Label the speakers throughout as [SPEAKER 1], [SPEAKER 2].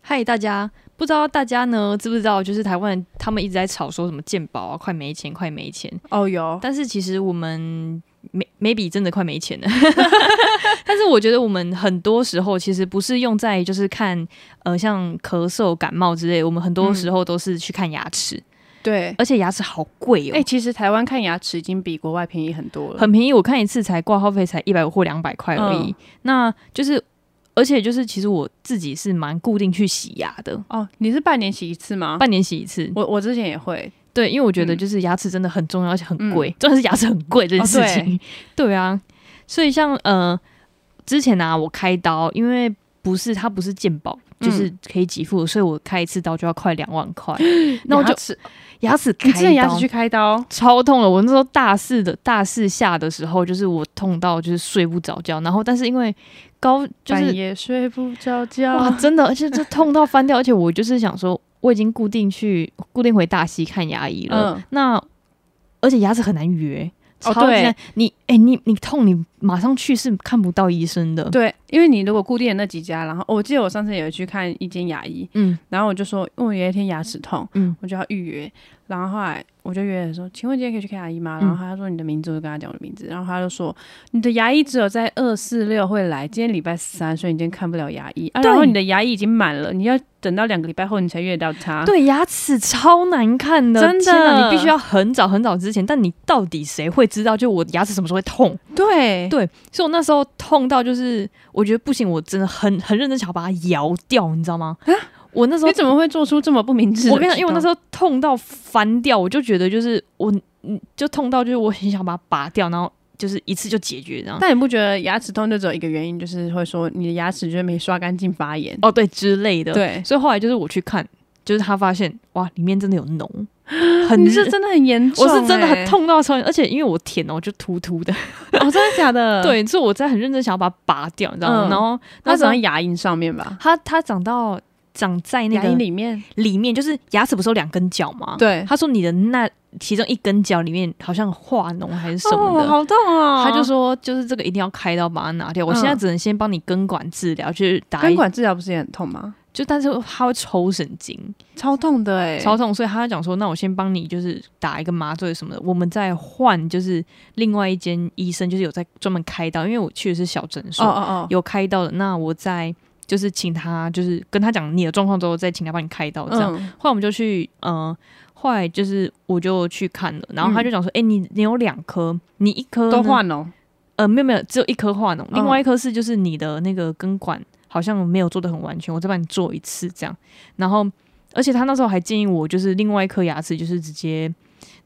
[SPEAKER 1] 嗨，大家不知道大家呢知不知道，就是台湾人他们一直在吵说什么健保啊，快没钱，快没钱。
[SPEAKER 2] 哦，有，
[SPEAKER 1] 但是其实我们 may- maybe 真的快没钱了， 但是我觉得我们很多时候其实不是用在就是看呃像咳嗽、感冒之类，我们很多
[SPEAKER 2] 嗯
[SPEAKER 1] 时候都是去看牙齿，
[SPEAKER 2] 对，
[SPEAKER 1] 而且牙齿好贵哦、
[SPEAKER 2] 哎、其实台湾看牙齿已经比国外便宜很多了，
[SPEAKER 1] 很便宜，我看一次才挂号费才一百或两百块而已，
[SPEAKER 2] 嗯
[SPEAKER 1] 那就是。而且就是，其实我自己是蛮固定去洗牙的，
[SPEAKER 2] 哦，你是半年洗一次吗？
[SPEAKER 1] 半年洗一次。
[SPEAKER 2] 我我之前也会，
[SPEAKER 1] 对，因为我觉得
[SPEAKER 2] 嗯
[SPEAKER 1] 就是牙齿真的很重要，而且很
[SPEAKER 2] 嗯哦
[SPEAKER 1] 贵， 重要是牙齿很贵这件事情。 对啊，所以像呃，之前啊，我开刀，因为不是它不是健保，
[SPEAKER 2] 嗯
[SPEAKER 1] 就是可以给付，所以我开一次刀就要快两万 块。那我就
[SPEAKER 2] 牙齿，
[SPEAKER 1] 牙齿
[SPEAKER 2] 你
[SPEAKER 1] 开
[SPEAKER 2] 之前牙
[SPEAKER 1] 刀
[SPEAKER 2] 齿去开刀，
[SPEAKER 1] 超痛了。我那时候大四的大四下的时候，就是我痛到就是睡不着觉，然后但是因为高就
[SPEAKER 2] 半
[SPEAKER 1] 是
[SPEAKER 2] 夜睡不着
[SPEAKER 1] 哇，
[SPEAKER 2] 觉，
[SPEAKER 1] 真的，而且这痛到翻掉，而且我就是想说，我已经固定去固定回大溪看牙医了，
[SPEAKER 2] 嗯
[SPEAKER 1] 那而且牙齿很难约。
[SPEAKER 2] 哦
[SPEAKER 1] 超级
[SPEAKER 2] 对
[SPEAKER 1] 难你哎、你你痛，你马上去是看不到医生的。
[SPEAKER 2] 对，因为你如果固定的那几家，然后、哦我记得我上次也去看一间牙医，
[SPEAKER 1] 嗯，
[SPEAKER 2] 然后我就说，因为我有一天牙齿痛，
[SPEAKER 1] 嗯
[SPEAKER 2] 我就要预约，然后后来我就约了说，请问今天可以去看牙医吗？
[SPEAKER 1] 嗯
[SPEAKER 2] 然后他说你的名字，我就跟他讲我的名字，然后他就说你的牙医只有在二四六会来，今天礼拜三，所以你今天看不了牙医啊。
[SPEAKER 1] 对
[SPEAKER 2] 然后你的牙医已经满了，你要等到两个礼拜后你才约得到他。，
[SPEAKER 1] 对，牙齿超难看的，
[SPEAKER 2] 嗯真的
[SPEAKER 1] 天哪你必须要很早很早之前。但你到底谁会知道？就我牙齿什么时候会痛？
[SPEAKER 2] 对
[SPEAKER 1] 对所以我那时候痛到就是，我觉得不行，我真的很很认真想要把它摇掉，你知道吗？我那时候
[SPEAKER 2] 你，怎么会做出啊这么不明智的举动？
[SPEAKER 1] 我跟你讲，因为我那时
[SPEAKER 2] 候
[SPEAKER 1] 候痛到翻掉，我就觉得就是我，嗯就痛到就是我很想把它拔掉，然后就是一次就解决这样。
[SPEAKER 2] 但你不觉得牙齿痛就只有一个原因，就是会说你的牙齿就是没刷干净发炎？
[SPEAKER 1] 哦，对之类的。，
[SPEAKER 2] 对，
[SPEAKER 1] 所以后来就是我去看，就是他发现哇，里面真的有脓， 很
[SPEAKER 2] 你是
[SPEAKER 1] 热
[SPEAKER 2] 真的很严重、
[SPEAKER 1] 我是真的很
[SPEAKER 2] 欸。
[SPEAKER 1] 痛到超级，而且因为我舔哦，就突突的。
[SPEAKER 2] 哦，真的假 的？，
[SPEAKER 1] 对，所以我在很认真想要把它拔掉，你知道吗？
[SPEAKER 2] 嗯
[SPEAKER 1] 然后
[SPEAKER 2] 它
[SPEAKER 1] 那
[SPEAKER 2] 长
[SPEAKER 1] 时候
[SPEAKER 2] 在牙龈上面吧？
[SPEAKER 1] 它它长到长在那
[SPEAKER 2] 牙
[SPEAKER 1] 个
[SPEAKER 2] 龈里面。哦
[SPEAKER 1] 里面，就是牙齿不是有两根角吗？，
[SPEAKER 2] 对，
[SPEAKER 1] 他说你的那其中一根角里面好像化脓还是什么
[SPEAKER 2] 哦，
[SPEAKER 1] 的。
[SPEAKER 2] 好痛哦！
[SPEAKER 1] 他就说，就是这个一定要开刀把它拿掉。我现在只能先帮你根管治疗，就是打一
[SPEAKER 2] 根，管治疗不是也很痛吗？
[SPEAKER 1] 就但是他会抽神经，
[SPEAKER 2] 超痛的哎、
[SPEAKER 1] 超痛，所以他讲说，那我先帮你就是打一个麻醉什么的，我们再换就是另外一间医生，就是有在专门开刀，因为我去的是小诊所
[SPEAKER 2] 哦，哦哦，
[SPEAKER 1] 有开刀的，那我再就是请他，就是跟他讲你的状况之后，再请他帮你开刀这样。
[SPEAKER 2] 嗯，
[SPEAKER 1] 后来我们就去，呃，后来就是我就去看了，然后他就讲说，哎、你你有两颗，你一颗呢
[SPEAKER 2] 嗯都换了，
[SPEAKER 1] 呃，没有没有，只有一颗化脓，另
[SPEAKER 2] 嗯
[SPEAKER 1] 外一颗是就是你的那个根管好像没有做的很完全，我再帮你做一次这样。然后，而且他那时候还建议我，就是另外一颗牙齿就是直接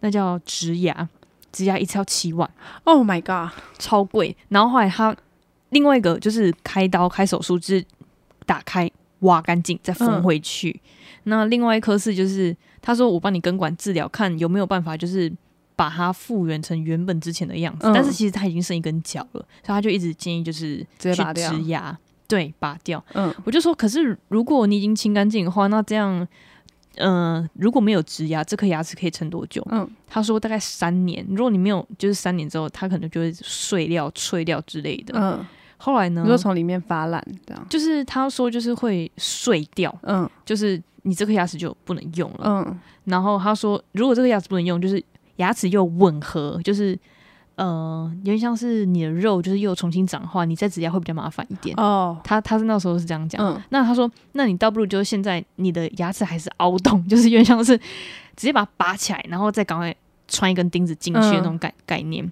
[SPEAKER 1] 那叫植牙，植牙一次要七万。
[SPEAKER 2] Oh my god！
[SPEAKER 1] 超贵。然后后来他另外一个就是开刀开手术，就是打开挖干净再缝回去。那另外一颗是就是他说我帮你根管治疗，看有没有办法就是。把它复原成原本之前的样子，
[SPEAKER 2] 嗯
[SPEAKER 1] 但是其实它已经剩一根脚了，所以他就一直建议就是
[SPEAKER 2] 直接
[SPEAKER 1] 去
[SPEAKER 2] 拔掉
[SPEAKER 1] 植牙，对，拔掉。
[SPEAKER 2] 嗯，
[SPEAKER 1] 我就说，可是如果你已经清干净的话，那这样，嗯、如果没有植牙，这颗牙齿可以撑多久？
[SPEAKER 2] 嗯，
[SPEAKER 1] 他说大概三年，如果你没有，就是三年之后，它可能就会碎掉、脆掉之类的。
[SPEAKER 2] 嗯，
[SPEAKER 1] 后来
[SPEAKER 2] 你
[SPEAKER 1] 呢，
[SPEAKER 2] 说从里面发烂这样，
[SPEAKER 1] 就是他说就是会碎掉，
[SPEAKER 2] 嗯
[SPEAKER 1] 就是你这颗牙齿就不能用了。
[SPEAKER 2] 嗯，
[SPEAKER 1] 然后他说，如果这个牙齿不能用，就是牙齿又吻合，就是。呃，有点像是你的肉，就是又重新长的话，你再植牙会比较麻烦一点。
[SPEAKER 2] 哦，
[SPEAKER 1] 他他是那时候是这样讲，
[SPEAKER 2] 嗯，
[SPEAKER 1] 那他说，那你倒不如就是现在你的牙齿还是凹洞， 就是有点像是直接把它拔起来，然后再赶快穿一根钉子进去的那种概、概念。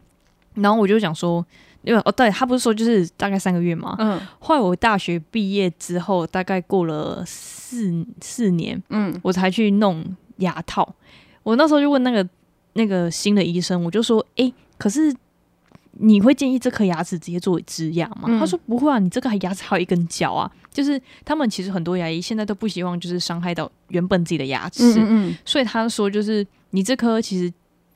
[SPEAKER 1] 然后我就想说，因为哦，对他不是说就是大概三个月嘛。
[SPEAKER 2] 嗯
[SPEAKER 1] 后来我大学毕业之后，大概过了四四年，
[SPEAKER 2] 嗯，
[SPEAKER 1] 我才去弄牙套。我那时候就问那个那个新的医生，我就说，诶，可是。你会建议这颗牙齿直接做植牙吗？
[SPEAKER 2] 嗯
[SPEAKER 1] 他说不会啊，你这个牙齿还有一根角啊，就是他们其实很多牙医现在都不希望就是伤害到原本自己的牙齿，
[SPEAKER 2] 嗯
[SPEAKER 1] 所以他说就是你这颗其实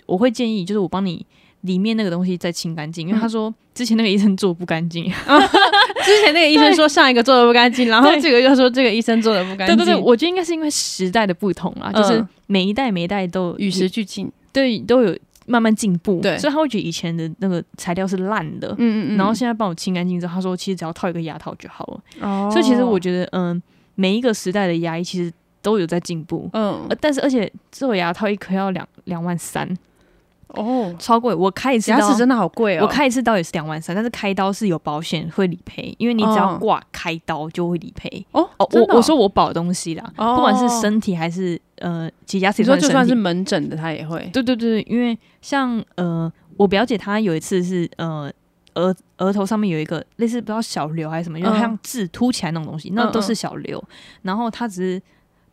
[SPEAKER 1] 我会建议就是我帮你里面那个东西再清干净，因为
[SPEAKER 2] 嗯
[SPEAKER 1] 他说之前那个医生做不干净，
[SPEAKER 2] 之前那个医生说上一个做的不干净，然后这个又说这个医生做的不干
[SPEAKER 1] 对
[SPEAKER 2] 净，
[SPEAKER 1] 对对，我觉得应该是因为时代的不同啊，就
[SPEAKER 2] 嗯
[SPEAKER 1] 是每一代每一代都有
[SPEAKER 2] 与时俱进，
[SPEAKER 1] 对都有慢慢进步，
[SPEAKER 2] 对
[SPEAKER 1] 所以他会觉得以前的那个材料是烂的，
[SPEAKER 2] 嗯
[SPEAKER 1] 然后现在帮我清干净之后，他说其实只要套一个牙套就好了。
[SPEAKER 2] 哦
[SPEAKER 1] 所以其实我觉得，嗯，每一个时代的牙医其实都有在进步。
[SPEAKER 2] 嗯
[SPEAKER 1] 呃，但是而且这种牙套一颗要两两万三，
[SPEAKER 2] 哦，
[SPEAKER 1] 超贵。我开一次
[SPEAKER 2] 牙
[SPEAKER 1] 刀
[SPEAKER 2] 齿，真的好贵哦，
[SPEAKER 1] 我开一次刀也是两万三，但是开刀是有保险会理赔，因为你只要
[SPEAKER 2] 哦
[SPEAKER 1] 挂开刀就会理赔。
[SPEAKER 2] 哦
[SPEAKER 1] 哦，
[SPEAKER 2] 真的
[SPEAKER 1] 我我说我保的东西啦，
[SPEAKER 2] 哦
[SPEAKER 1] 不管是身体还是呃，其实牙齿
[SPEAKER 2] 你
[SPEAKER 1] 也
[SPEAKER 2] 说就算
[SPEAKER 1] 身体
[SPEAKER 2] 是门诊的，他也会
[SPEAKER 1] 对对对，因为像呃，我表姐她有一次是呃额额头上面有一个类似不知道小瘤还是什么，就是
[SPEAKER 2] 嗯
[SPEAKER 1] 像痣凸起来那种东西，那都
[SPEAKER 2] 嗯
[SPEAKER 1] 是小瘤。然后她只是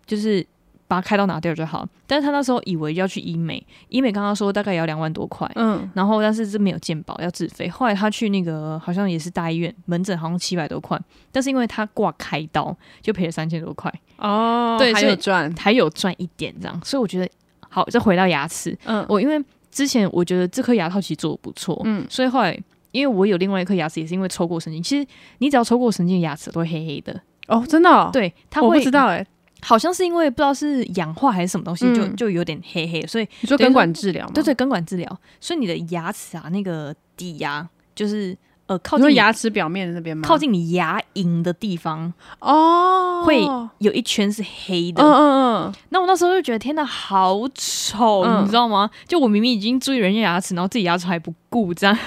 [SPEAKER 1] 就是把它开刀拿掉就好，但是她那时候以为要去医美，医美刚刚说大概也要两万多块。
[SPEAKER 2] 嗯
[SPEAKER 1] 然后，但是这没有健保，要自费。后来她去那个好像也是大医院门诊，好像七百多块，但是因为她挂开刀，就赔了三千多块，
[SPEAKER 2] 哦
[SPEAKER 1] 对
[SPEAKER 2] 还
[SPEAKER 1] 所以
[SPEAKER 2] 有赚
[SPEAKER 1] 还有赚一点这样。所以我觉得，好，再回到牙齿，
[SPEAKER 2] 嗯
[SPEAKER 1] 我因为之前我觉得这颗牙套其实做的不错，
[SPEAKER 2] 嗯
[SPEAKER 1] 所以后来因为我有另外一颗牙齿也是因为抽过神经，其实你只要抽过神经，牙齿都会黑黑的。
[SPEAKER 2] 哦真的哦，
[SPEAKER 1] 对，它
[SPEAKER 2] 我不
[SPEAKER 1] 会
[SPEAKER 2] 知道哎，
[SPEAKER 1] 好像是因为不知道是氧化还是什么东西，
[SPEAKER 2] 嗯哦
[SPEAKER 1] 就就有点黑黑，所以
[SPEAKER 2] 你说
[SPEAKER 1] 等于
[SPEAKER 2] 根
[SPEAKER 1] 说
[SPEAKER 2] 管治疗吗？
[SPEAKER 1] 对对根管治疗，所以你的牙齿啊那个底牙就是呃靠
[SPEAKER 2] 你
[SPEAKER 1] 近
[SPEAKER 2] 说
[SPEAKER 1] 你
[SPEAKER 2] 牙齿表面的那边吗？
[SPEAKER 1] 靠近你牙龈的地方
[SPEAKER 2] 哦，
[SPEAKER 1] 会有一圈是黑的，
[SPEAKER 2] 嗯嗯嗯，
[SPEAKER 1] 那我那时候就觉得天哪，好丑，
[SPEAKER 2] 嗯
[SPEAKER 1] 你知道吗？就我明明已经注意人家牙齿，然后自己牙齿还不顾，这样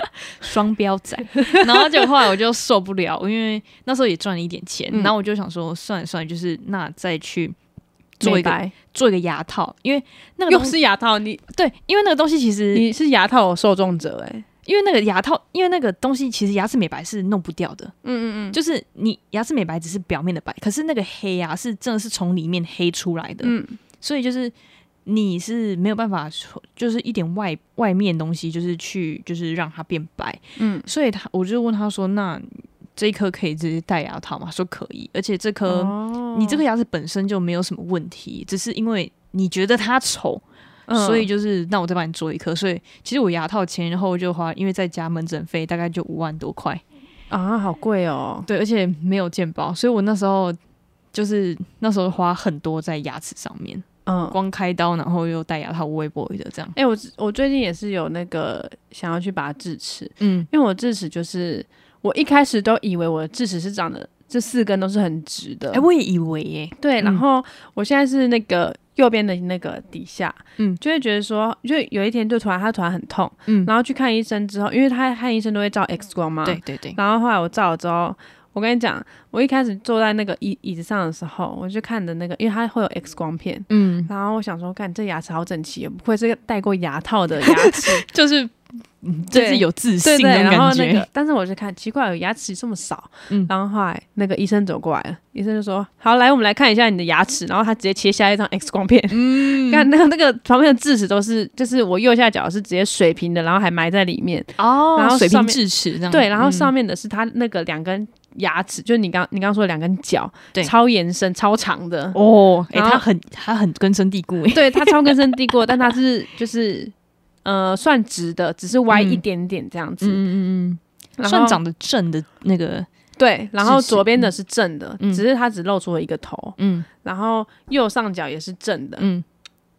[SPEAKER 1] 双标仔。然后就后来我就受不了，因为那时候也赚了一点钱，
[SPEAKER 2] 嗯
[SPEAKER 1] 然后我就想说，算了算了，就是那再去做一
[SPEAKER 2] 美
[SPEAKER 1] 个
[SPEAKER 2] 白
[SPEAKER 1] 做一个牙套，因为那个
[SPEAKER 2] 又
[SPEAKER 1] 东西
[SPEAKER 2] 是牙套，你
[SPEAKER 1] 对，因为那个东西其实
[SPEAKER 2] 你是牙套的受众者哎、
[SPEAKER 1] 因为那个牙套，因为那个东西其实牙齿美白是弄不掉的，
[SPEAKER 2] 嗯嗯
[SPEAKER 1] 就是你牙齿美白只是表面的白，可是那个黑啊是真的是从里面黑出来的，
[SPEAKER 2] 嗯
[SPEAKER 1] 所以就是你是没有办法说，就是一点外外面东西，就是去就是让它变白。
[SPEAKER 2] 嗯
[SPEAKER 1] 所以他我就问他说：“那这一颗可以直接戴牙套吗？”他说可以，而且这颗、
[SPEAKER 2] 嗯，
[SPEAKER 1] 你这个牙齿本身就没有什么问题，只是因为你觉得它丑，
[SPEAKER 2] 嗯
[SPEAKER 1] 所以就是那我再帮你做一颗。所以其实我牙套前然后就花，因为再加门诊费大概就五万多块，
[SPEAKER 2] 啊好贵哦，
[SPEAKER 1] 对，而且没有健保，所以我那时候就是那时候花很多在牙齿上面。
[SPEAKER 2] 嗯。
[SPEAKER 1] 光开刀，然后又戴牙套，微波的这样。
[SPEAKER 2] 哎、我我最近也是有那个想要去拔智齿，
[SPEAKER 1] 嗯
[SPEAKER 2] 因为我智齿就是我一开始都以为我的智齿是长得这四根都是很直的，
[SPEAKER 1] 哎、我也以为耶、
[SPEAKER 2] 对，
[SPEAKER 1] 嗯
[SPEAKER 2] 然后我现在是那个右边的那个底下，
[SPEAKER 1] 嗯
[SPEAKER 2] 就会觉得说，就有一天就突然他突然很痛，
[SPEAKER 1] 嗯，
[SPEAKER 2] 然后去看医生之后，因为他看医生都会照 X 光嘛，
[SPEAKER 1] 对，对对，
[SPEAKER 2] 然后后来我照了之后，我跟你讲，我一开始坐在那个椅椅子上的时候，我就看的那个，因为它会有 X 光片，
[SPEAKER 1] 嗯，
[SPEAKER 2] 然后我想说，看这牙齿好整齐，不愧是戴过牙套的牙齿，
[SPEAKER 1] 就是嗯，就是
[SPEAKER 2] 对
[SPEAKER 1] 有自信
[SPEAKER 2] 对
[SPEAKER 1] 那
[SPEAKER 2] 对。
[SPEAKER 1] 种
[SPEAKER 2] 然后
[SPEAKER 1] 感觉。
[SPEAKER 2] 那个，但是我就看奇怪，我牙齿这么少。
[SPEAKER 1] 嗯
[SPEAKER 2] 然后后来那个医生走过来了，医生就说：“好，来，我们来看一下你的牙齿。”然后他直接切下一张 X 光片，
[SPEAKER 1] 嗯
[SPEAKER 2] 看那个那个旁边的智齿都是，就是我右下角是直接水平的，然后还埋在里面。
[SPEAKER 1] 哦
[SPEAKER 2] 然后
[SPEAKER 1] 水平
[SPEAKER 2] 上面
[SPEAKER 1] 智齿这样。
[SPEAKER 2] 对，然后上
[SPEAKER 1] 面、
[SPEAKER 2] 面的是它那个两根牙齿，就是你刚你刚刚说的两根角，
[SPEAKER 1] 对
[SPEAKER 2] 超延伸、超长的。
[SPEAKER 1] 哦，哎、
[SPEAKER 2] 然后
[SPEAKER 1] 他很他很根深蒂固 哎、
[SPEAKER 2] 对，它超根深蒂固，但它是就是呃算直的，只是歪一
[SPEAKER 1] 嗯
[SPEAKER 2] 点点这样子。
[SPEAKER 1] 嗯嗯
[SPEAKER 2] 然后
[SPEAKER 1] 算长得正的那个，
[SPEAKER 2] 对，然后
[SPEAKER 1] 智齿
[SPEAKER 2] 左边的是正的，
[SPEAKER 1] 嗯
[SPEAKER 2] 只是它只露出了一个头，
[SPEAKER 1] 嗯
[SPEAKER 2] 然后右上角也是正的。
[SPEAKER 1] 嗯，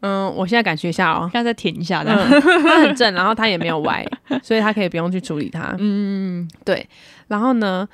[SPEAKER 2] 嗯，我现在感觉一下哦。
[SPEAKER 1] 刚才再舔一下的。
[SPEAKER 2] 嗯， 它很正，然后它也没有歪， 所以它可以不用去处理它。
[SPEAKER 1] 嗯嗯
[SPEAKER 2] 对，然后呢，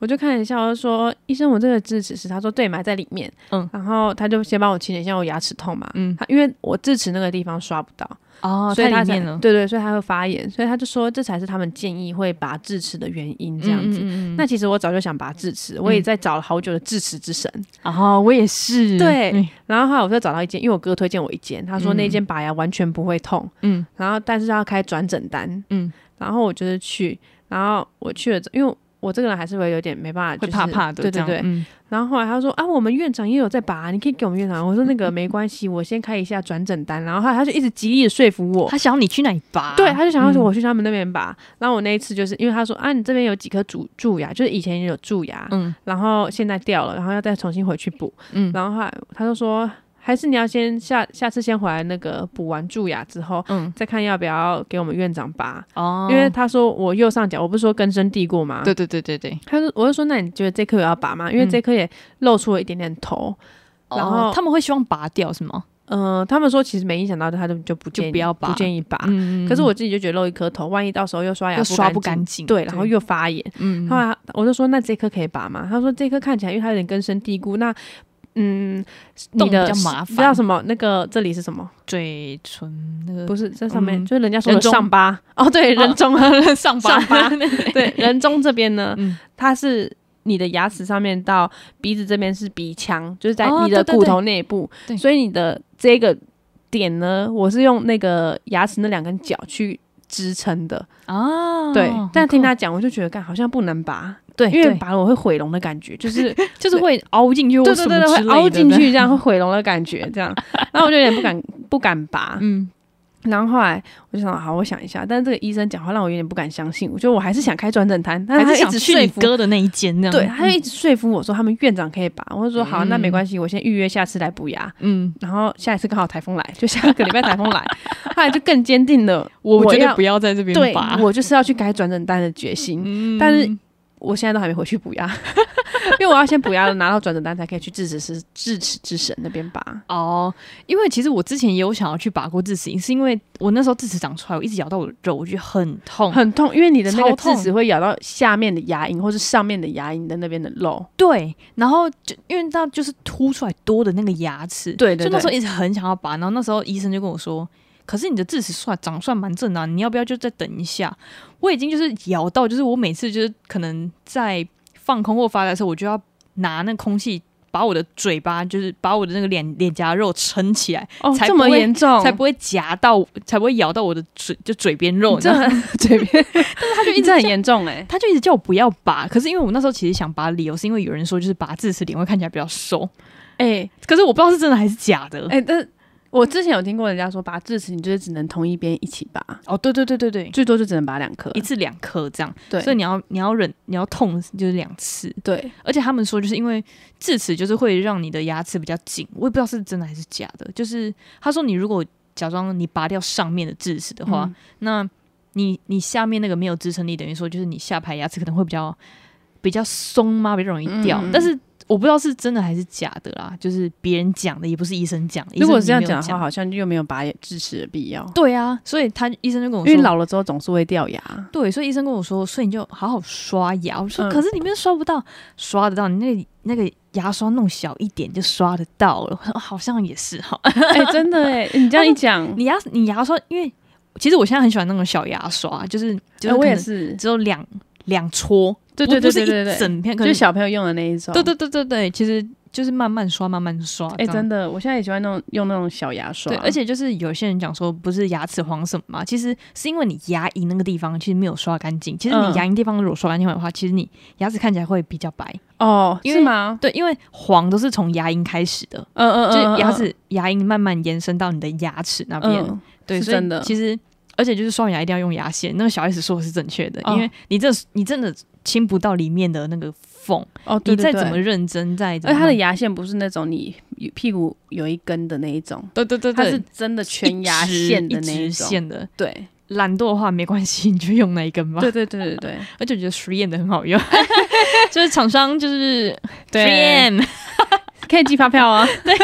[SPEAKER 2] 我就看了一下，我就说医生，我这个智齿是，他说对，埋在里面。
[SPEAKER 1] 嗯
[SPEAKER 2] 然后他就先帮我清理一下我牙齿痛嘛。
[SPEAKER 1] 嗯
[SPEAKER 2] 他因为我智齿那个地方刷不到，
[SPEAKER 1] 嗯，哦，
[SPEAKER 2] 所以
[SPEAKER 1] 太
[SPEAKER 2] 他
[SPEAKER 1] 里
[SPEAKER 2] 才
[SPEAKER 1] 面了，
[SPEAKER 2] 对对，所以他会发炎，所以他就说这才是他们建议会拔智齿的原因这样
[SPEAKER 1] 嗯
[SPEAKER 2] 子。
[SPEAKER 1] 嗯嗯嗯嗯
[SPEAKER 2] 那其实我早就想拔智齿，我也在找了好久的智齿之神，
[SPEAKER 1] 哦，我也是，
[SPEAKER 2] 对
[SPEAKER 1] 嗯
[SPEAKER 2] 然后后来我就找到一间，因为我哥推荐我一间，他说那
[SPEAKER 1] 嗯
[SPEAKER 2] 间拔牙完全不会痛，
[SPEAKER 1] 嗯
[SPEAKER 2] 然后但是要开转诊单，
[SPEAKER 1] 嗯，
[SPEAKER 2] 然后我就是去，然后我去了之，因为我这个人还是会有点没办法，
[SPEAKER 1] 会
[SPEAKER 2] 就是
[SPEAKER 1] 怕怕的，
[SPEAKER 2] 对
[SPEAKER 1] 这
[SPEAKER 2] 对
[SPEAKER 1] 样
[SPEAKER 2] 对。
[SPEAKER 1] 嗯
[SPEAKER 2] 然后后来他说啊，我们院长也有在拔，你可以给我们院长。我说那个没关系，我先开一下转诊单。然后后来他就一直极力的说服我，
[SPEAKER 1] 他想要你去哪里拔？
[SPEAKER 2] 对，他就想要说
[SPEAKER 1] 嗯
[SPEAKER 2] 我去他们那边拔。然后我那一次就是因为他说啊，你这边有几颗蛀蛀牙，就是以前也有蛀牙，
[SPEAKER 1] 嗯
[SPEAKER 2] 然后现在掉了，然后要再重新回去补。
[SPEAKER 1] 嗯
[SPEAKER 2] 然后后来他就说，还是你要先下下次先回来那个补完蛀牙之后。
[SPEAKER 1] 嗯，
[SPEAKER 2] 再看要不要给我们院长拔，
[SPEAKER 1] 哦，
[SPEAKER 2] 因为他说我右上角，我不是说根深蒂固吗？
[SPEAKER 1] 对对对对对，
[SPEAKER 2] 他说，我就说，那你觉得这颗有要拔吗？因为
[SPEAKER 1] 嗯
[SPEAKER 2] 这颗也露出了一点点头，然后
[SPEAKER 1] 哦他们会希望拔掉是吗？
[SPEAKER 2] 呃，他们说其实没影响到他，就就不
[SPEAKER 1] 就
[SPEAKER 2] 建议
[SPEAKER 1] 不要拔
[SPEAKER 2] 不建议拔。
[SPEAKER 1] 嗯
[SPEAKER 2] 可是我自己就觉得露一颗头，万一到时候又刷牙
[SPEAKER 1] 又刷不
[SPEAKER 2] 干
[SPEAKER 1] 干净，
[SPEAKER 2] 对，然后又发炎。
[SPEAKER 1] 嗯
[SPEAKER 2] 后来我就说那这颗可以拔吗？他说这颗看起来因为它有点根深蒂固，那嗯，你
[SPEAKER 1] 动比
[SPEAKER 2] 的
[SPEAKER 1] 较麻
[SPEAKER 2] 你知道
[SPEAKER 1] 烦
[SPEAKER 2] 什么？那个这里是什么？
[SPEAKER 1] 嘴唇那个
[SPEAKER 2] 不是这上面、
[SPEAKER 1] 嗯
[SPEAKER 2] 就是人家说
[SPEAKER 1] 人
[SPEAKER 2] 的
[SPEAKER 1] 中
[SPEAKER 2] 上巴哦，对，人中啊，
[SPEAKER 1] 上
[SPEAKER 2] 巴
[SPEAKER 1] 上 巴
[SPEAKER 2] 对，人中这边呢，
[SPEAKER 1] 嗯
[SPEAKER 2] 它是。你的牙齿上面到鼻子这边是鼻腔，就是在
[SPEAKER 1] 哦
[SPEAKER 2] 你的
[SPEAKER 1] 对对
[SPEAKER 2] 骨
[SPEAKER 1] 对
[SPEAKER 2] 头内部，
[SPEAKER 1] 对
[SPEAKER 2] 所以你的这个点呢，我是用那个牙齿那两根角去支撑的。
[SPEAKER 1] 啊，
[SPEAKER 2] 对，
[SPEAKER 1] 很
[SPEAKER 2] 但听
[SPEAKER 1] 酷
[SPEAKER 2] 他讲，我就觉得干好像不能拔，
[SPEAKER 1] 对，
[SPEAKER 2] 因
[SPEAKER 1] 哎
[SPEAKER 2] 为
[SPEAKER 1] 对
[SPEAKER 2] 拔了我会毁容的感 觉，就是
[SPEAKER 1] 就是会凹进去或
[SPEAKER 2] 对
[SPEAKER 1] 什么
[SPEAKER 2] 对
[SPEAKER 1] 之
[SPEAKER 2] 对对，
[SPEAKER 1] 类
[SPEAKER 2] 会
[SPEAKER 1] 的，
[SPEAKER 2] 凹进
[SPEAKER 1] 对。
[SPEAKER 2] 去，这样会毁容的感 觉，这样。然后我就有点不敢不敢拔，
[SPEAKER 1] 嗯，
[SPEAKER 2] 然后后来我就想，好，我想一下。但是这个医生讲话让我有点不敢相信，我觉得我还是想开转诊摊，但
[SPEAKER 1] 还
[SPEAKER 2] 他
[SPEAKER 1] 是
[SPEAKER 2] 一
[SPEAKER 1] 想
[SPEAKER 2] 直
[SPEAKER 1] 去
[SPEAKER 2] 说
[SPEAKER 1] 你
[SPEAKER 2] 服，
[SPEAKER 1] 哥的那一间那样。嗯
[SPEAKER 2] 对，他就一直说服我说他们院长可以拔，我就说好，那没关系，我先预约下次来补牙。
[SPEAKER 1] 嗯，
[SPEAKER 2] 然后下一次刚好台风来，就下个礼拜台风来， 后来就更坚定了，
[SPEAKER 1] 我
[SPEAKER 2] 我
[SPEAKER 1] 觉得
[SPEAKER 2] 要
[SPEAKER 1] 不要在这边
[SPEAKER 2] 对
[SPEAKER 1] 拔。
[SPEAKER 2] 我就是要去改转诊单的决心。
[SPEAKER 1] 嗯
[SPEAKER 2] 但是我现在都还没回去补牙， 因为我要先补牙了，拿到转诊单才可以去智齿师智齿之神那边拔。
[SPEAKER 1] 哦，因为其实我之前也有想要去拔过智齿龈，是因为我那时候智齿长出来，我一直咬到我的肉，我觉得很痛。
[SPEAKER 2] 很痛，因为你的那个
[SPEAKER 1] 超痛
[SPEAKER 2] 智齿会咬到下面的牙龈或是上面的牙龈的那边的肉。
[SPEAKER 1] 对，然后就因为它就是凸出来多的那个牙齿，
[SPEAKER 2] 对对
[SPEAKER 1] 就那时候
[SPEAKER 2] 对
[SPEAKER 1] 一直很想要拔，然后那时候医生就跟我说。可是你的智齿算长算蛮正的啊、你要不要就再等一下？我已经就是咬到，就是我每次就是可能在放空或发呆的时候，我就要拿那空气把我的嘴巴，就是把我的那个脸脸颊肉撑起来，
[SPEAKER 2] 哦
[SPEAKER 1] 才
[SPEAKER 2] 这
[SPEAKER 1] 不
[SPEAKER 2] 么
[SPEAKER 1] 会
[SPEAKER 2] 严重，
[SPEAKER 1] 才不会夹到，才不会咬到我的嘴，就嘴边肉。
[SPEAKER 2] 这
[SPEAKER 1] 然后
[SPEAKER 2] 嘴边，但是他
[SPEAKER 1] 就一直
[SPEAKER 2] 这很严重哎、
[SPEAKER 1] 他就一直叫我不要拔，可是因为我那时候其实想拔，理由是因为有人说就是拔智齿脸会看起来比较瘦，
[SPEAKER 2] 哎
[SPEAKER 1] 可是我不知道是真的还是假的。
[SPEAKER 2] 哎、但是我之前有听过人家说拔智齿，你就是只能同一边一起拔，
[SPEAKER 1] 哦，对对对对对，
[SPEAKER 2] 最多就只能拔两颗。
[SPEAKER 1] 一次两颗这样，
[SPEAKER 2] 对，
[SPEAKER 1] 所以你要你要忍，你要痛就是两次。
[SPEAKER 2] 对，
[SPEAKER 1] 而且他们说，就是因为智齿就是会让你的牙齿比较紧，我也不知道是真的还是假的。就是他说，你如果假装你拔掉上面的智齿的话，
[SPEAKER 2] 嗯
[SPEAKER 1] 那你你下面那个没有支撑力，等于说就是你下排牙齿可能会比较比较松嘛，比较容易掉。
[SPEAKER 2] 嗯嗯嗯
[SPEAKER 1] 但是我不知道是真的还是假的啦，就是别人讲的，也不是医生讲的。
[SPEAKER 2] 如果
[SPEAKER 1] 医生
[SPEAKER 2] 这样
[SPEAKER 1] 也没有
[SPEAKER 2] 讲
[SPEAKER 1] 讲
[SPEAKER 2] 的话，，好像又没有拔智齿的必要，
[SPEAKER 1] 对啊，所以他医生就跟我
[SPEAKER 2] 因
[SPEAKER 1] 说，
[SPEAKER 2] 为老了之后总是会掉 牙。
[SPEAKER 1] 对，所以医生跟我说，所以你就好好刷牙。我说，
[SPEAKER 2] 嗯
[SPEAKER 1] 可是里面刷不到，刷得到，你那个那个牙刷弄小一点就刷得到了。我说哦好像也是哈，啊
[SPEAKER 2] 哎、真的哎、你这样一讲，
[SPEAKER 1] 你牙你牙刷，因为其实我现在很喜欢那种小牙刷，就是就
[SPEAKER 2] 哎
[SPEAKER 1] 是
[SPEAKER 2] 我也
[SPEAKER 1] 可能
[SPEAKER 2] 是，
[SPEAKER 1] 只有两两撮，
[SPEAKER 2] 对
[SPEAKER 1] 不
[SPEAKER 2] 对对
[SPEAKER 1] 不是
[SPEAKER 2] 对对
[SPEAKER 1] 一
[SPEAKER 2] 对，
[SPEAKER 1] 整片，可
[SPEAKER 2] 就是
[SPEAKER 1] 能
[SPEAKER 2] 小朋友用的那一种。
[SPEAKER 1] 对对对对对，其实就是慢慢刷，慢慢刷。
[SPEAKER 2] 哎、
[SPEAKER 1] 这样
[SPEAKER 2] 真的，啊我现在也喜欢那种用那种小牙刷，
[SPEAKER 1] 对，而且就是有些人讲说，不是牙齿黄什么嘛，其实是因为你牙龈那个地方其实没有刷干净。其实
[SPEAKER 2] 嗯
[SPEAKER 1] 你牙龈地方如果刷干净的话，其实你牙齿看起来会比较白。
[SPEAKER 2] 哦，
[SPEAKER 1] 因
[SPEAKER 2] 是
[SPEAKER 1] 为
[SPEAKER 2] 吗？
[SPEAKER 1] 对，因为黄都是从牙龈开始的，
[SPEAKER 2] 嗯嗯，
[SPEAKER 1] 就是牙
[SPEAKER 2] 嗯
[SPEAKER 1] 齿牙龈慢慢延伸到你的牙齿那边。
[SPEAKER 2] 嗯
[SPEAKER 1] 对，
[SPEAKER 2] 是
[SPEAKER 1] 所以
[SPEAKER 2] 真的
[SPEAKER 1] 其实而且就是刷牙一定要用牙线，那个小 S 说的是正确的，
[SPEAKER 2] 哦
[SPEAKER 1] 因为你这你真的亲不到里面的那个缝，
[SPEAKER 2] 哦，对对
[SPEAKER 1] 你再怎么
[SPEAKER 2] 对，
[SPEAKER 1] 认真，再怎
[SPEAKER 2] 而且
[SPEAKER 1] 么
[SPEAKER 2] 它的
[SPEAKER 1] 弄
[SPEAKER 2] 牙线不是那种你屁股有一根的那一种，
[SPEAKER 1] 对对对
[SPEAKER 2] 它
[SPEAKER 1] 对，
[SPEAKER 2] 是真的全
[SPEAKER 1] 一
[SPEAKER 2] 牙
[SPEAKER 1] 直
[SPEAKER 2] 线
[SPEAKER 1] 一
[SPEAKER 2] 的那
[SPEAKER 1] 直
[SPEAKER 2] 种。
[SPEAKER 1] 线的。
[SPEAKER 2] 对
[SPEAKER 1] 懒惰的话没关系，你就用那一根吧。
[SPEAKER 2] 对对 对对对
[SPEAKER 1] 而且我觉得 Free 验的很好用， 就是厂商就是 Free
[SPEAKER 2] 对，
[SPEAKER 1] 验
[SPEAKER 2] 可以寄发票啊。对，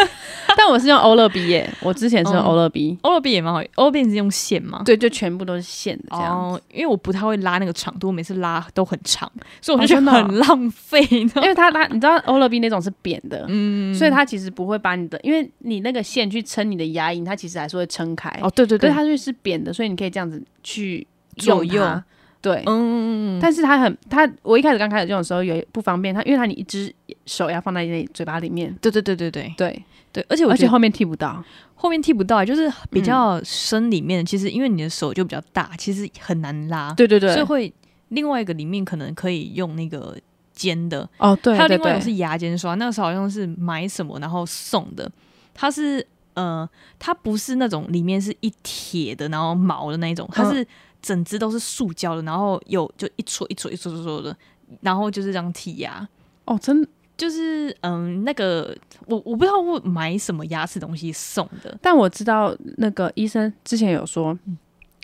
[SPEAKER 2] 但我是用欧乐 B 耶，我之前是用
[SPEAKER 1] 嗯
[SPEAKER 2] 欧乐 B，
[SPEAKER 1] 欧乐 B 也蛮好用，欧乐 B 是用线吗？
[SPEAKER 2] 对，就全部都是线的这样。
[SPEAKER 1] 哦，因为我不太会拉那个长度，我每次拉都很长，所以我
[SPEAKER 2] 哦
[SPEAKER 1] 就觉
[SPEAKER 2] 真
[SPEAKER 1] 得
[SPEAKER 2] 的哦
[SPEAKER 1] 很浪费。你知 道
[SPEAKER 2] 因为它它，你知道欧乐 B 那种是扁的，
[SPEAKER 1] 嗯
[SPEAKER 2] 所以它其实不会把你的，因为你那个线去撑你的牙龈，它其实还是会撑开。
[SPEAKER 1] 哦，对对
[SPEAKER 2] 对，
[SPEAKER 1] 对，
[SPEAKER 2] 它就是扁的，所以你可以这样子去
[SPEAKER 1] 左
[SPEAKER 2] 用
[SPEAKER 1] 右
[SPEAKER 2] 它。对，
[SPEAKER 1] 嗯嗯嗯嗯，
[SPEAKER 2] 但是它很它，我一开始刚开始用的时候有不方便，它因为它你一只手要放在你嘴巴里面，
[SPEAKER 1] 对对对对对
[SPEAKER 2] 对，
[SPEAKER 1] 对，而且我
[SPEAKER 2] 而
[SPEAKER 1] 觉
[SPEAKER 2] 且
[SPEAKER 1] 得
[SPEAKER 2] 后嗯面剃不到，
[SPEAKER 1] 后面剃不到，就是比较深里面，其实因为你的手就比较大，其实很难拉，
[SPEAKER 2] 对对对
[SPEAKER 1] 所以，会另外一个里面可能可以用那个尖的，
[SPEAKER 2] 哦对，
[SPEAKER 1] 还有
[SPEAKER 2] 对
[SPEAKER 1] 另外一种
[SPEAKER 2] 对
[SPEAKER 1] 是牙尖刷，那个时候好像是买什么然后送的，它是呃，它不是那种里面是一铁的，然后毛的那一种，它
[SPEAKER 2] 嗯
[SPEAKER 1] 是整只都是塑胶的，然后有就一撮一撮一撮一撮的，然后就是这样剔牙。
[SPEAKER 2] 哦真的，
[SPEAKER 1] 就是嗯，那个我我不知道我买什么牙齿东西送的，
[SPEAKER 2] 但我知道那个医生之前有说。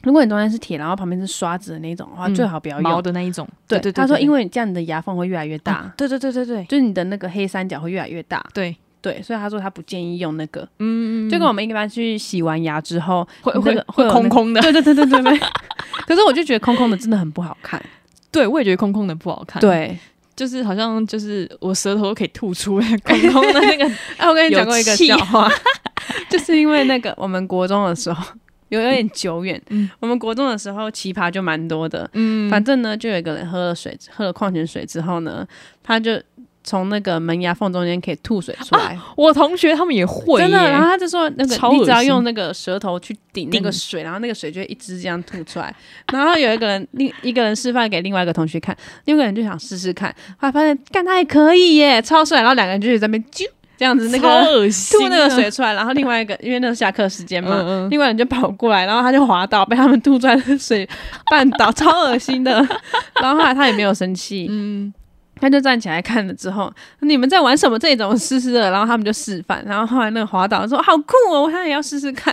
[SPEAKER 2] 如果你中间是铁，然后旁边是刷子的那种的话，
[SPEAKER 1] 嗯
[SPEAKER 2] 最好不要
[SPEAKER 1] 毛
[SPEAKER 2] 用。
[SPEAKER 1] 的那一种。
[SPEAKER 2] 对哦
[SPEAKER 1] 对对，
[SPEAKER 2] 他说因
[SPEAKER 1] 为
[SPEAKER 2] 为这样你的牙缝会越来越大，
[SPEAKER 1] 对对对对对
[SPEAKER 2] 就是你的那个黑三角会越来越大。
[SPEAKER 1] 对，
[SPEAKER 2] 对，所以他说他不建议用那个，
[SPEAKER 1] 嗯，
[SPEAKER 2] 就跟我们一般去洗完牙之后，
[SPEAKER 1] 会
[SPEAKER 2] 那
[SPEAKER 1] 会
[SPEAKER 2] 个
[SPEAKER 1] 会
[SPEAKER 2] 会有那
[SPEAKER 1] 空
[SPEAKER 2] 个
[SPEAKER 1] 空的，
[SPEAKER 2] 对对对对对对。 可是我就觉得空空的真的很不好看，
[SPEAKER 1] 对我也觉得空空的不好看，，
[SPEAKER 2] 对，
[SPEAKER 1] 就是好像就是我舌头都可以吐出来，空空的那个
[SPEAKER 2] 哎、我跟你讲过一个
[SPEAKER 1] 有气
[SPEAKER 2] 笑话， 就是因为那个我们国中的时候有有点久远，
[SPEAKER 1] 嗯
[SPEAKER 2] 我们国中的时候奇葩就蛮多的。
[SPEAKER 1] 嗯
[SPEAKER 2] 反正呢，就有一个人喝了水，喝了矿泉水之后呢，他就从那个门牙缝中间可以吐水出来，
[SPEAKER 1] 我同学他们也会耶，
[SPEAKER 2] 真的。然后他就说，那个
[SPEAKER 1] 超
[SPEAKER 2] 你
[SPEAKER 1] 恶
[SPEAKER 2] 只要
[SPEAKER 1] 心
[SPEAKER 2] 用那个舌头去顶那个
[SPEAKER 1] 顶
[SPEAKER 2] 水，然后那个水就会一直这样吐出来。然后有一个人，另一个人示范给另外一个同学看，另外一个人就想试试看，后来发现干他也可以耶，超帅。然后两个人就在那边啾这样子那
[SPEAKER 1] 超
[SPEAKER 2] 个。
[SPEAKER 1] 恶心啊
[SPEAKER 2] 吐那个
[SPEAKER 1] 的
[SPEAKER 2] 水出来，然后另外一个因为那是下课时间嘛，
[SPEAKER 1] 嗯嗯
[SPEAKER 2] 另外人就跑过来，然后他就滑倒，被他们吐出来的水绊倒，超恶 心的。然后后来他也没有生气，
[SPEAKER 1] 嗯，
[SPEAKER 2] 他就站起来看了之后，你们在玩什么？这里怎么湿湿的？然后他们就示范，然后后来那个滑倒说好酷哦，我现在也要试试 看。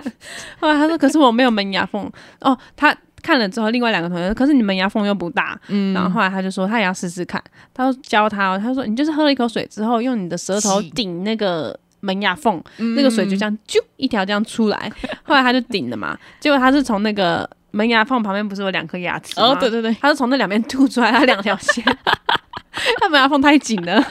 [SPEAKER 2] 后来他说可是我没有门牙缝哦，他。看了之后，另外两个同学说：“可是你门牙缝又不大。”
[SPEAKER 1] 嗯
[SPEAKER 2] 然后后来他就说他也要试试看，他说教他哦，他说你就是喝了一口水之后，用你的舌头
[SPEAKER 1] 挤
[SPEAKER 2] 顶那个门牙缝，
[SPEAKER 1] 嗯
[SPEAKER 2] 那个水就这样啾一条这样出来。后来他就顶了嘛，结果他是从那个门牙缝旁边不是有两颗牙齿吗？
[SPEAKER 1] 哦，对对对，
[SPEAKER 2] 他是从那两边吐出来，他两条 线，他门牙缝太紧了，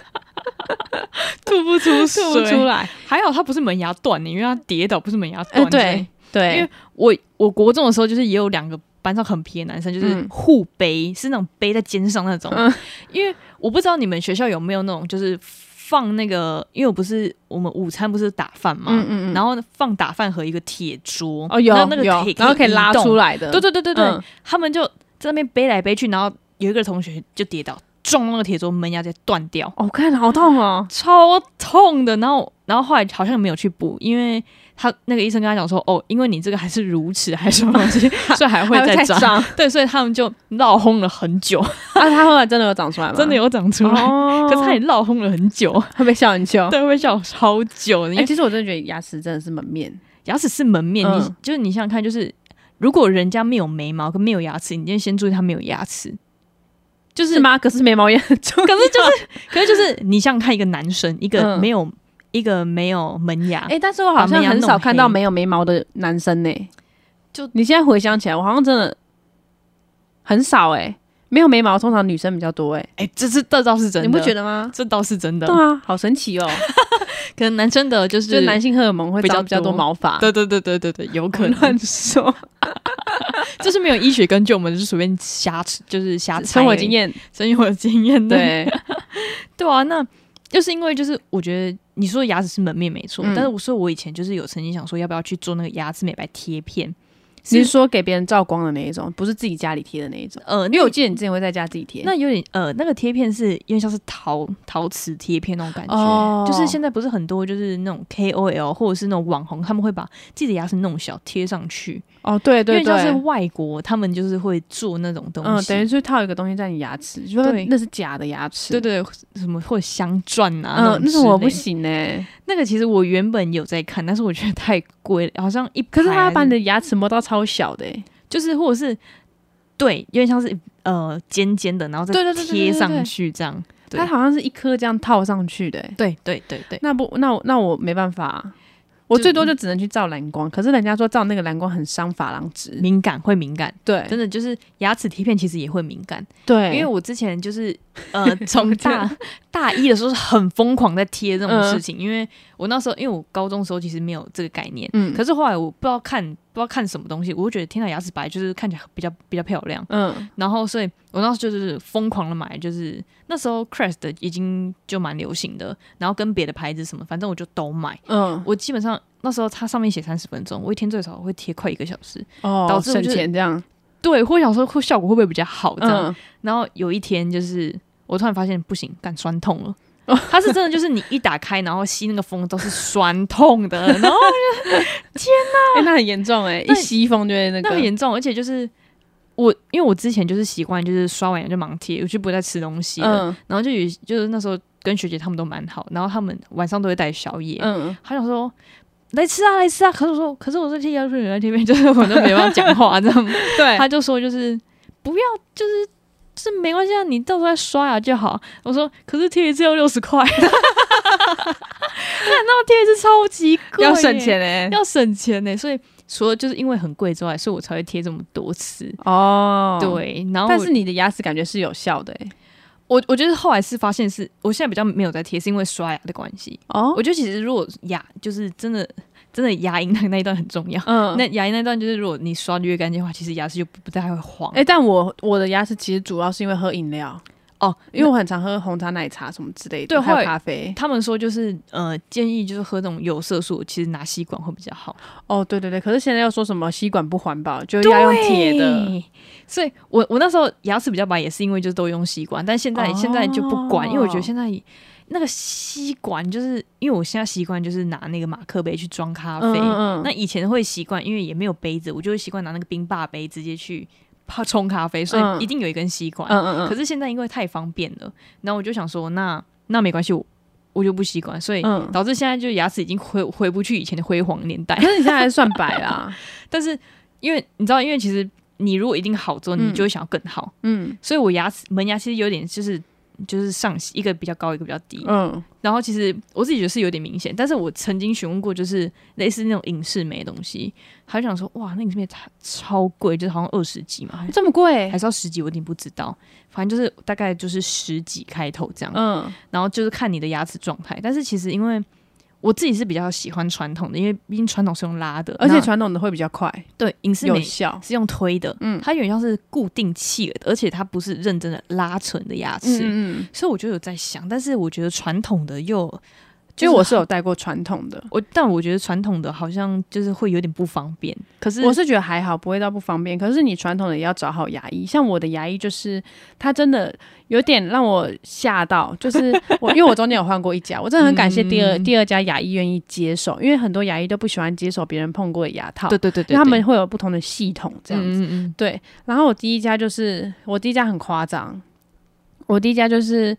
[SPEAKER 1] 吐不出水，
[SPEAKER 2] 吐不出来。
[SPEAKER 1] 还好他不是门牙断的，
[SPEAKER 2] 欸
[SPEAKER 1] 因为他跌倒不是门牙
[SPEAKER 2] 哎、
[SPEAKER 1] 断。
[SPEAKER 2] 对，对，
[SPEAKER 1] 因为呃我我国中的时候就是也有两个班上很皮的男生，就是
[SPEAKER 2] 嗯
[SPEAKER 1] 互背，是那种背在肩上那种。
[SPEAKER 2] 嗯
[SPEAKER 1] 因为我不知道你们学校有没有那种就是放那个，因为我不是我们午餐不是打饭嘛，
[SPEAKER 2] 嗯嗯嗯
[SPEAKER 1] 然后放打饭盒一个铁桌，
[SPEAKER 2] 哦有
[SPEAKER 1] 那那个
[SPEAKER 2] 有
[SPEAKER 1] 铁，
[SPEAKER 2] 然后可以拉出
[SPEAKER 1] 来，
[SPEAKER 2] 来的，
[SPEAKER 1] 对对对对对，
[SPEAKER 2] 嗯
[SPEAKER 1] 他们就在那边背来背去，然后有一个同学就跌倒，撞到那个铁桌，门牙直接断掉。
[SPEAKER 2] 哦，看好痛哦，
[SPEAKER 1] 超痛的。然后，然后后来好像没有去补，因为他那个医生跟他讲说，哦，因为你这个还是乳齿还是什么东 西，所以还会
[SPEAKER 2] 还
[SPEAKER 1] 再长。
[SPEAKER 2] 长。
[SPEAKER 1] 对，所以他们就闹轰了很久，
[SPEAKER 2] 啊，他后来真的有长出来吗？
[SPEAKER 1] 真的有长出来，
[SPEAKER 2] 哦，
[SPEAKER 1] 可是他也闹轰了很久，
[SPEAKER 2] 会被笑很久。
[SPEAKER 1] 对，会笑超久的。因
[SPEAKER 2] 哎、
[SPEAKER 1] 为
[SPEAKER 2] 其实我真的觉得牙齿真的是门面，
[SPEAKER 1] 牙齿是门面，你
[SPEAKER 2] 嗯
[SPEAKER 1] 就是你想想看，就是如果人家没有眉毛跟没有牙齿，你今天先注意他没有牙齿。就是
[SPEAKER 2] 是吗？可是眉毛也很重要，
[SPEAKER 1] 可是就是，可是就是，你想想看，一个男生，一个
[SPEAKER 2] 嗯
[SPEAKER 1] 没有，一个没有门牙，
[SPEAKER 2] 哎、但是我好
[SPEAKER 1] 把
[SPEAKER 2] 像
[SPEAKER 1] 门牙
[SPEAKER 2] 很
[SPEAKER 1] 弄
[SPEAKER 2] 少看到
[SPEAKER 1] 黑
[SPEAKER 2] 没有眉毛的男生呢、
[SPEAKER 1] 就
[SPEAKER 2] 你现在回想起来，我好像真的很少哎、没有眉毛，通常女生比较多哎、
[SPEAKER 1] 哎、这是这倒是真
[SPEAKER 2] 你
[SPEAKER 1] 的，
[SPEAKER 2] 不觉得吗？
[SPEAKER 1] 这倒是真的
[SPEAKER 2] 对，啊，好神奇哦！
[SPEAKER 1] 可能男生的就是
[SPEAKER 2] 就是男，性荷尔蒙会
[SPEAKER 1] 比较
[SPEAKER 2] 长比较多
[SPEAKER 1] 多
[SPEAKER 2] 毛发，
[SPEAKER 1] 对对对对对对，有可能
[SPEAKER 2] 乱说，
[SPEAKER 1] 就是没有医学根据，我们就随便瞎就是瞎猜
[SPEAKER 2] 生活经，验
[SPEAKER 1] 生活经验对
[SPEAKER 2] 对，
[SPEAKER 1] 对啊，那就是因为就是我觉得你说牙齿是门面没错，
[SPEAKER 2] 嗯
[SPEAKER 1] 但是我说我以前就是有曾经想说要不要去做那个牙齿美白贴片，
[SPEAKER 2] 你是说给别人照光的那一种，不是自己家里贴的那一种？
[SPEAKER 1] 呃，
[SPEAKER 2] 因为
[SPEAKER 1] 那
[SPEAKER 2] 我
[SPEAKER 1] 个
[SPEAKER 2] 记得你之前会在家自己贴，
[SPEAKER 1] 那有点呃，那个贴片是因为像是陶陶瓷贴片那种感觉。
[SPEAKER 2] 哦
[SPEAKER 1] 就是现在不是很多，就是那种 KOL 或者是那种网红，他们会把自己的牙齿弄小贴上去，
[SPEAKER 2] 哦，对对
[SPEAKER 1] 因为像
[SPEAKER 2] 对
[SPEAKER 1] 是，外国，他们就是会做那种东
[SPEAKER 2] 嗯，
[SPEAKER 1] 西，
[SPEAKER 2] 等于是套一个东西在你牙齿，就说
[SPEAKER 1] 对
[SPEAKER 2] 那是假的牙齿，
[SPEAKER 1] 对对，什么会镶钻啊，
[SPEAKER 2] 嗯，那
[SPEAKER 1] 那
[SPEAKER 2] 是
[SPEAKER 1] 种
[SPEAKER 2] 我
[SPEAKER 1] 之
[SPEAKER 2] 不
[SPEAKER 1] 类
[SPEAKER 2] 行哎，
[SPEAKER 1] 那个其实我原本有在看，但是我觉得太贵了，好像一
[SPEAKER 2] 可是
[SPEAKER 1] 排
[SPEAKER 2] 他
[SPEAKER 1] 还
[SPEAKER 2] 把你的牙齿磨到超小的欸，
[SPEAKER 1] 就是或者是对，有点像是呃尖尖的，然后再
[SPEAKER 2] 对对对对对
[SPEAKER 1] 贴
[SPEAKER 2] 对对
[SPEAKER 1] 上去这样。对
[SPEAKER 2] 它好像是一颗这样套上去的欸。
[SPEAKER 1] 对对对对，
[SPEAKER 2] 那不，那我那我没办法啊、我
[SPEAKER 1] 就
[SPEAKER 2] 最多就只能去照蓝光。可是人家说照那个蓝光很伤珐琅质，
[SPEAKER 1] 敏感会敏感，
[SPEAKER 2] 对
[SPEAKER 1] 真的就是牙齿贴片其实也会敏感，
[SPEAKER 2] 对，
[SPEAKER 1] 因为我之前就是 呃从大大一的时候是很疯狂在贴这种
[SPEAKER 2] 嗯
[SPEAKER 1] 事情，因为我那时候因为我高中的时候其实没有这个概念，
[SPEAKER 2] 嗯
[SPEAKER 1] 可是后来我不知道看不知道看什么东西，我就觉得天堂牙齿白就是看起来比较比较漂亮，
[SPEAKER 2] 嗯
[SPEAKER 1] 然后所以我那时候就是疯狂的买，就是那时候 Crest 的已经就蛮流行的，然后跟别的牌子什么，反正我就都买。
[SPEAKER 2] 嗯
[SPEAKER 1] 我基本上那时候它上面写三十分钟，我一天最少会贴快一个小时。
[SPEAKER 2] 哦，
[SPEAKER 1] 导致我
[SPEAKER 2] 省
[SPEAKER 1] 就是
[SPEAKER 2] 钱这样，
[SPEAKER 1] 对，或想说会效果会不会比较好这样？
[SPEAKER 2] 嗯
[SPEAKER 1] 然后有一天就是我突然发现不行，干酸痛 了。它是真的，就是你一打开，然后吸那个风都是酸痛 的，然后
[SPEAKER 2] 哎、 那很严重哎、一
[SPEAKER 1] 那
[SPEAKER 2] 吸风就会那
[SPEAKER 1] 那
[SPEAKER 2] 个，
[SPEAKER 1] 很严重，而且就是我，因为我之前就是习惯就是刷完牙就忙贴，我就不再吃东西了。
[SPEAKER 2] 嗯
[SPEAKER 1] 然后就有就是那时候跟学姐她们都蛮好，然后她们晚上都会带宵夜，
[SPEAKER 2] 嗯，
[SPEAKER 1] 她想说。来吃啊，来吃啊！可是我说，可是我说贴牙刷，来贴面，就是我都没办法讲话，这 样。
[SPEAKER 2] 对，
[SPEAKER 1] 她就说，就是不要，就是就是没关系 啊，你到时候再刷牙就好。我说，可是贴一次要六十块，那么贴是超级贵，
[SPEAKER 2] 要省，钱哎、
[SPEAKER 1] 要省钱呢、所以除了就是因为很贵之外，所以我才会贴这么多次。
[SPEAKER 2] 哦，，
[SPEAKER 1] 对，然后
[SPEAKER 2] 但
[SPEAKER 1] 我
[SPEAKER 2] 是你的牙齿感觉是有效的哎、
[SPEAKER 1] 我我觉得后来是发现是，我现在比较没有在贴，是因为刷牙的关系。
[SPEAKER 2] 哦，
[SPEAKER 1] 我觉得其实如果牙就是真的真的牙龈那那一段很重要，
[SPEAKER 2] 嗯，
[SPEAKER 1] 那牙龈那段就是如果你刷的越干净的话，其实牙齿就不不太会黄。
[SPEAKER 2] 哎、但我我的牙齿其实主要是因为喝饮料，
[SPEAKER 1] 哦，
[SPEAKER 2] 因为我很常喝红茶、奶茶什么之类的，
[SPEAKER 1] 对
[SPEAKER 2] 还
[SPEAKER 1] 后
[SPEAKER 2] 有
[SPEAKER 1] 来
[SPEAKER 2] 咖啡。
[SPEAKER 1] 他们说就是呃，建议就是喝那种有色素，其实拿吸管会比较好，
[SPEAKER 2] 哦，对对对，可是现在又说什么吸管不环保，就要用铁的。
[SPEAKER 1] 对。所以我我那时候牙齿比较白，也是因为就是都用吸管，但现在、
[SPEAKER 2] 哦
[SPEAKER 1] 现在就不管，因为我觉得现在那个吸管就是因为我现在习惯就是拿那个马克杯去装咖啡，
[SPEAKER 2] 嗯嗯
[SPEAKER 1] 那以前会习惯，因为也没有杯子，我就会习惯拿那个冰霸杯直接去泡冲咖啡，所
[SPEAKER 2] 嗯
[SPEAKER 1] 以一定有一根吸管。
[SPEAKER 2] 嗯嗯
[SPEAKER 1] 可
[SPEAKER 2] 嗯
[SPEAKER 1] 是现在因为太方便了，然后我就想说，那那没关系，我我就不习惯，所以
[SPEAKER 2] 嗯，
[SPEAKER 1] 导致现在就牙齿已经回回不去以前的辉煌年代
[SPEAKER 2] 可。是你现在还算白啦。
[SPEAKER 1] 但是因为你知道，因为其实你如果一定好之后，
[SPEAKER 2] 嗯
[SPEAKER 1] 你就会想要更好，
[SPEAKER 2] 嗯
[SPEAKER 1] 所以我牙齿门牙其实有点就是。就是上一个比较高，一个比较低，
[SPEAKER 2] 嗯，
[SPEAKER 1] 然后其实我自己觉得是有点明显，但是我曾经询问过，就是类似那种影视美的东西，他就想说，哇，那影视美它超贵，就是好像二十几嘛，还是
[SPEAKER 2] 这么贵
[SPEAKER 1] 还。是要十几，我有点不知道，反正就是大概就是十几开头这样。
[SPEAKER 2] 嗯
[SPEAKER 1] 然后就是看你的牙齿状态。但是其实因为我自己是比较喜欢传统的，因为毕竟传统是用拉的，
[SPEAKER 2] 而且
[SPEAKER 1] 那
[SPEAKER 2] 传统的会比较快，
[SPEAKER 1] 对影视
[SPEAKER 2] 有
[SPEAKER 1] 美
[SPEAKER 2] 效。
[SPEAKER 1] 是用推的，
[SPEAKER 2] 嗯
[SPEAKER 1] 它有点像是固定器的，而且它不是认真的拉扯你的牙齿。
[SPEAKER 2] 嗯嗯，
[SPEAKER 1] 所以我就有在想，但是我觉得传统的又，
[SPEAKER 2] 因为
[SPEAKER 1] 就是
[SPEAKER 2] 我是有戴过传统的，
[SPEAKER 1] 我，但我觉得传统的好像就是会有点不方便。可是
[SPEAKER 2] 我是觉得还好，不会到不方便。可是你传统的也要找好牙医，像我的牙医就是他真的有点让我吓到，就是我因为我中间有换过一家，我真的很感谢第二、
[SPEAKER 1] 嗯
[SPEAKER 2] 第二家牙医愿意接手，因为很多牙医都不喜欢接手别人碰过的牙套，
[SPEAKER 1] 对对对对
[SPEAKER 2] 因为他们会有不同的系统这样子。
[SPEAKER 1] 子，嗯嗯
[SPEAKER 2] 对，然后我第一家就是我第一家很夸张，我第一家就是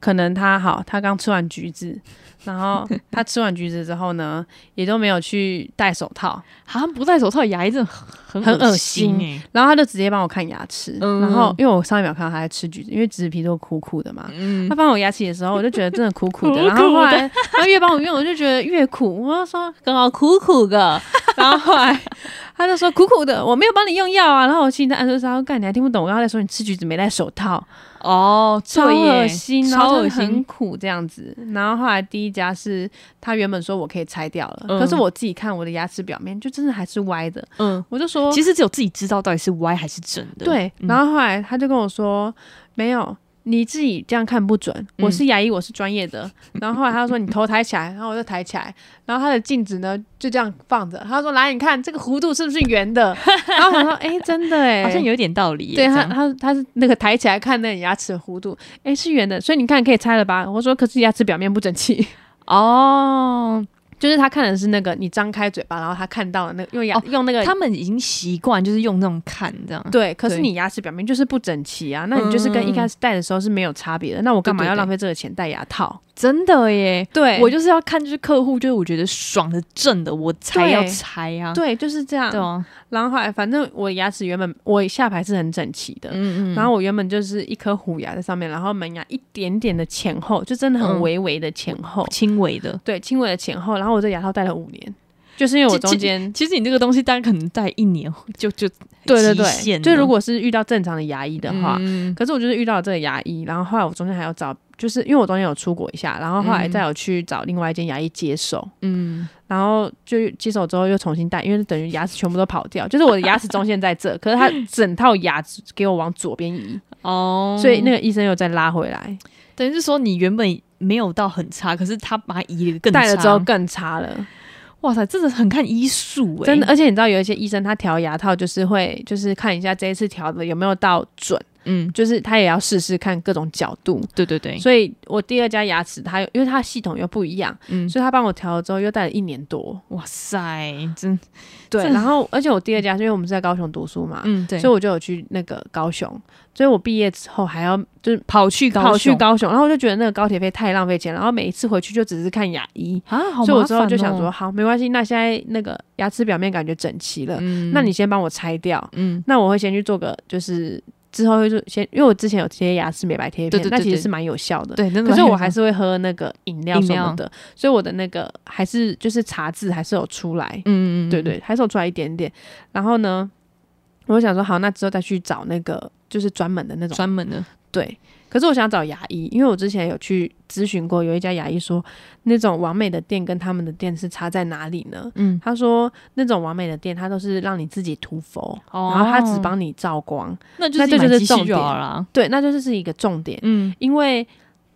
[SPEAKER 2] 可能他好，他刚吃完橘子，然后他吃完橘子之后呢，也都没有去戴手套。
[SPEAKER 1] 嗯好像不戴手套牙医真的很
[SPEAKER 2] 很恶
[SPEAKER 1] 恶心
[SPEAKER 2] 心
[SPEAKER 1] 哎、
[SPEAKER 2] 然后他就直接帮我看牙齿，
[SPEAKER 1] 嗯
[SPEAKER 2] 然后因为我上一秒看到他在吃橘子，因为橘子皮都苦苦的嘛。
[SPEAKER 1] 嗯
[SPEAKER 2] 他，帮我牙齿的时候，我就觉得真的苦苦
[SPEAKER 1] 苦
[SPEAKER 2] 的。
[SPEAKER 1] 苦的
[SPEAKER 2] 然后后来，他越帮我用，我就觉得越苦。我就说刚好苦苦的。 然后后来他就说苦苦的，我没有帮你用药啊。然后我心里在暗示说，干你还听不懂？我刚才在说你吃橘子没戴手套，
[SPEAKER 1] 哦，
[SPEAKER 2] 超
[SPEAKER 1] 对耶
[SPEAKER 2] 恶心，然
[SPEAKER 1] 超
[SPEAKER 2] 后
[SPEAKER 1] 恶
[SPEAKER 2] 真的很
[SPEAKER 1] 心，
[SPEAKER 2] 苦这样子。然后后来第一家是他原本说我可以拆掉了，
[SPEAKER 1] 嗯
[SPEAKER 2] 可是我自己看我的牙齿表面就真的还是歪的，
[SPEAKER 1] 嗯。
[SPEAKER 2] 我就说
[SPEAKER 1] 其实只有自己知道到底是歪还是真的。
[SPEAKER 2] 对，
[SPEAKER 1] 嗯
[SPEAKER 2] 然后后来他就跟我说，没有，你自己这样看不准，我
[SPEAKER 1] 嗯
[SPEAKER 2] 是牙医，我是专业的。然后后来他就说你头抬起来，然后我就抬起来，然后他的镜子呢就这样放着，他说来，你看这个弧度是不是圆的？ 然后我想说，哎、真的哎、
[SPEAKER 1] 好像有一点道理耶。
[SPEAKER 2] 对
[SPEAKER 1] 这
[SPEAKER 2] 他，
[SPEAKER 1] 样
[SPEAKER 2] 他他是那个抬起来看那个牙齿的弧度，哎、是圆的，所以你看可以拆了吧？我说可是牙齿表面不整齐，
[SPEAKER 1] 哦，
[SPEAKER 2] 就是他看的是那个你张开嘴巴，然后他看到了那个用牙、
[SPEAKER 1] 哦
[SPEAKER 2] 用那个
[SPEAKER 1] 他们已经习惯就是用那种看这样。
[SPEAKER 2] 对，可是
[SPEAKER 1] 对嗯
[SPEAKER 2] 你牙齿表面就是不整齐啊，那你就是跟一开始戴的时候是没有差别的。那我干嘛
[SPEAKER 1] 对对
[SPEAKER 2] 要
[SPEAKER 1] 对
[SPEAKER 2] 浪费这个钱戴牙套？
[SPEAKER 1] 真的耶。
[SPEAKER 2] 对
[SPEAKER 1] 我就是要看，就是客户，就是我觉得爽的、正的，我才
[SPEAKER 2] 对
[SPEAKER 1] 要拆啊。
[SPEAKER 2] 对，就是这样。
[SPEAKER 1] 对啊，
[SPEAKER 2] 然后后来，反正我牙齿原本我下排是很整齐的，
[SPEAKER 1] 嗯嗯。
[SPEAKER 2] 然后我原本就是一颗虎牙在上面，然后门牙一点点的前后，就真的很
[SPEAKER 1] 嗯
[SPEAKER 2] 微微的前后，
[SPEAKER 1] 轻微的，
[SPEAKER 2] 对，轻微的前后。然后我这牙套戴了五年，就是因为我
[SPEAKER 1] 这
[SPEAKER 2] 中间。
[SPEAKER 1] 其实你这个东西大概可能戴一年 就就
[SPEAKER 2] 对对
[SPEAKER 1] 极限
[SPEAKER 2] 对，
[SPEAKER 1] 了
[SPEAKER 2] 就如果是遇到正常的牙医的话，
[SPEAKER 1] 嗯
[SPEAKER 2] 可是我就是遇到这个牙医，然后后来我中间还有找，就是因为我中间有出国一下，然后后来再有去找另外一间牙医接手，
[SPEAKER 1] 嗯
[SPEAKER 2] 然后就接手之后又重新戴，因为等于牙齿全部都跑掉，就是我的牙齿中线在这，可是他整套牙齿给我往左边移，
[SPEAKER 1] 哦，
[SPEAKER 2] 所以那个医生又再拉回来，
[SPEAKER 1] 等于是说你原本没有到很差，可是他把它移的更
[SPEAKER 2] 戴了
[SPEAKER 1] 差
[SPEAKER 2] 之后，更差了，
[SPEAKER 1] 哇塞，真的很看医术哎，
[SPEAKER 2] 真的。而且你知道有一些医生他调牙套就是会就是看一下这一次调的有没有到准，
[SPEAKER 1] 嗯，
[SPEAKER 2] 就是他也要试试看各种角度，
[SPEAKER 1] 对对对，
[SPEAKER 2] 所以我第二家牙齿它因为它系统又不一样，
[SPEAKER 1] 嗯，
[SPEAKER 2] 所以他帮我调了之后又戴了一年多。
[SPEAKER 1] 哇塞，真
[SPEAKER 2] 对，
[SPEAKER 1] 这
[SPEAKER 2] 然后而且我第二家是因为我们是在高雄读书嘛，
[SPEAKER 1] 嗯对，
[SPEAKER 2] 所以我就有去那个高雄，所以我毕业之后还要就是
[SPEAKER 1] 跑去高
[SPEAKER 2] 跑去
[SPEAKER 1] 雄
[SPEAKER 2] 高雄，然后我就觉得那个高铁费太浪费钱，然后每一次回去就只是看牙医，
[SPEAKER 1] 啊，好
[SPEAKER 2] 所以我
[SPEAKER 1] 麻
[SPEAKER 2] 之后
[SPEAKER 1] 烦
[SPEAKER 2] 就想
[SPEAKER 1] 哦
[SPEAKER 2] 说，，好，没关系，那现在那个牙齿表面感觉整齐了，
[SPEAKER 1] 嗯
[SPEAKER 2] 那你先帮我拆掉，
[SPEAKER 1] 嗯
[SPEAKER 2] 那我会先去做个就是之后就先，因为我之前有贴牙齿美白贴片，
[SPEAKER 1] 对对对
[SPEAKER 2] 那其
[SPEAKER 1] 对
[SPEAKER 2] 实是蛮有效的。
[SPEAKER 1] 对，那个
[SPEAKER 2] 可是我还
[SPEAKER 1] 很
[SPEAKER 2] 是会喝那个饮料
[SPEAKER 1] 饮
[SPEAKER 2] 什
[SPEAKER 1] 料
[SPEAKER 2] 么的，所以我的那个还是就是茶渍还是有出来，
[SPEAKER 1] 嗯嗯嗯，
[SPEAKER 2] 对对，还是有出来一点点。然后呢，我就想说好，那之后再去找那个就是专门的那种
[SPEAKER 1] 专门的
[SPEAKER 2] 对。可是我想找牙医，因为我之前有去咨询过，有一家牙医说那种完美的店跟他们的店是差在哪里呢？
[SPEAKER 1] 嗯，
[SPEAKER 2] 他说那种完美的店，他都是让你自己涂氟，
[SPEAKER 1] 哦
[SPEAKER 2] 然后他只帮你照光，
[SPEAKER 1] 那就
[SPEAKER 2] 那
[SPEAKER 1] 是
[SPEAKER 2] 这
[SPEAKER 1] 买
[SPEAKER 2] 就是
[SPEAKER 1] 机器
[SPEAKER 2] 重点
[SPEAKER 1] 就好啦。
[SPEAKER 2] 对，那就是是一个重点，
[SPEAKER 1] 嗯，
[SPEAKER 2] 因为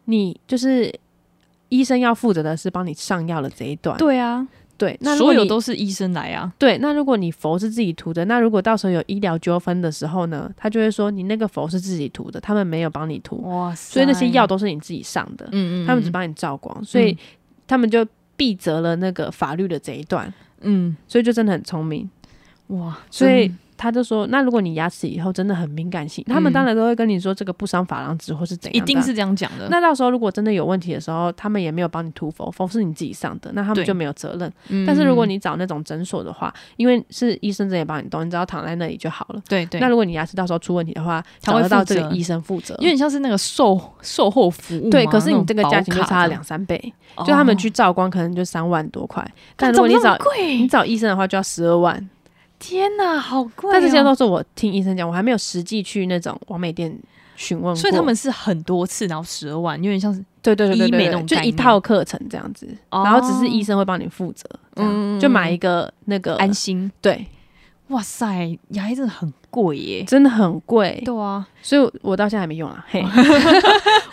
[SPEAKER 2] 你就是医生要负责的是帮你上药的这一段，
[SPEAKER 1] 对啊，
[SPEAKER 2] 对，那如
[SPEAKER 1] 所
[SPEAKER 2] 果
[SPEAKER 1] 有
[SPEAKER 2] 你
[SPEAKER 1] 都是医生来啊，
[SPEAKER 2] 对，那如果你氟是自己涂的，那如果到时候有医疗纠纷的时候呢，他就会说你那个氟是自己涂的，他们没有帮你涂，
[SPEAKER 1] 哇哦塞
[SPEAKER 2] 所以那些药，都是你自己上的，
[SPEAKER 1] 嗯嗯，
[SPEAKER 2] 他们只
[SPEAKER 1] 嗯
[SPEAKER 2] 帮你照光，所以他们就避责了那个法律的这一段，
[SPEAKER 1] 嗯
[SPEAKER 2] 所以就真的很聪明，
[SPEAKER 1] 哇，
[SPEAKER 2] 所以
[SPEAKER 1] 真。
[SPEAKER 2] 他就说，那如果你牙齿以后真的很敏感性，他们
[SPEAKER 1] 嗯
[SPEAKER 2] 当然都会跟你说这个不伤珐琅质或是怎
[SPEAKER 1] 一
[SPEAKER 2] 样的啊，
[SPEAKER 1] 定是这样讲的。
[SPEAKER 2] 那到时候如果真的有问题的时候，他们也没有帮你涂氟，氟是你自己上的，那他们
[SPEAKER 1] 对
[SPEAKER 2] 就没有责任。
[SPEAKER 1] 嗯
[SPEAKER 2] 但是如果
[SPEAKER 1] 嗯
[SPEAKER 2] 你找那种诊所的话，因为是医生直接帮你动，你只要躺在那里就好了。
[SPEAKER 1] 对对，
[SPEAKER 2] 那如果你牙齿到时候出问题的话，
[SPEAKER 1] 他
[SPEAKER 2] 找
[SPEAKER 1] 会
[SPEAKER 2] 得到
[SPEAKER 1] 负
[SPEAKER 2] 这个
[SPEAKER 1] 责
[SPEAKER 2] 医生负责。
[SPEAKER 1] 有点像是那个售售后服务嘛，
[SPEAKER 2] 对，可是
[SPEAKER 1] 那
[SPEAKER 2] 你
[SPEAKER 1] 种
[SPEAKER 2] 这个
[SPEAKER 1] 保
[SPEAKER 2] 价钱就
[SPEAKER 1] 卡
[SPEAKER 2] 差了
[SPEAKER 1] 这样
[SPEAKER 2] 两，三倍，就他们去
[SPEAKER 1] 哦，
[SPEAKER 2] 照光可能就三万多块，但
[SPEAKER 1] 干
[SPEAKER 2] 如果
[SPEAKER 1] 怎么那
[SPEAKER 2] 你找
[SPEAKER 1] 么贵
[SPEAKER 2] 你，找医生的话就要十二万。
[SPEAKER 1] 天哪，好贵哦！
[SPEAKER 2] 但这些都是我听医生讲，我还没有实际去那种完美店询问过。
[SPEAKER 1] 所以他们是很多次，然后十二万，有点像是
[SPEAKER 2] 对对对对
[SPEAKER 1] 医美
[SPEAKER 2] 对
[SPEAKER 1] 那
[SPEAKER 2] 对，
[SPEAKER 1] 种
[SPEAKER 2] 就
[SPEAKER 1] 概
[SPEAKER 2] 一
[SPEAKER 1] 念
[SPEAKER 2] 套课程这样子，
[SPEAKER 1] 哦
[SPEAKER 2] 然后只是医生会帮你负责，这样
[SPEAKER 1] 嗯
[SPEAKER 2] 就买一个那个
[SPEAKER 1] 安心。
[SPEAKER 2] 对，
[SPEAKER 1] 哇塞，牙医真的很贵耶！
[SPEAKER 2] 真的很贵，
[SPEAKER 1] 对啊，
[SPEAKER 2] 所以我我到现在还没用啊。嘿，
[SPEAKER 1] 哦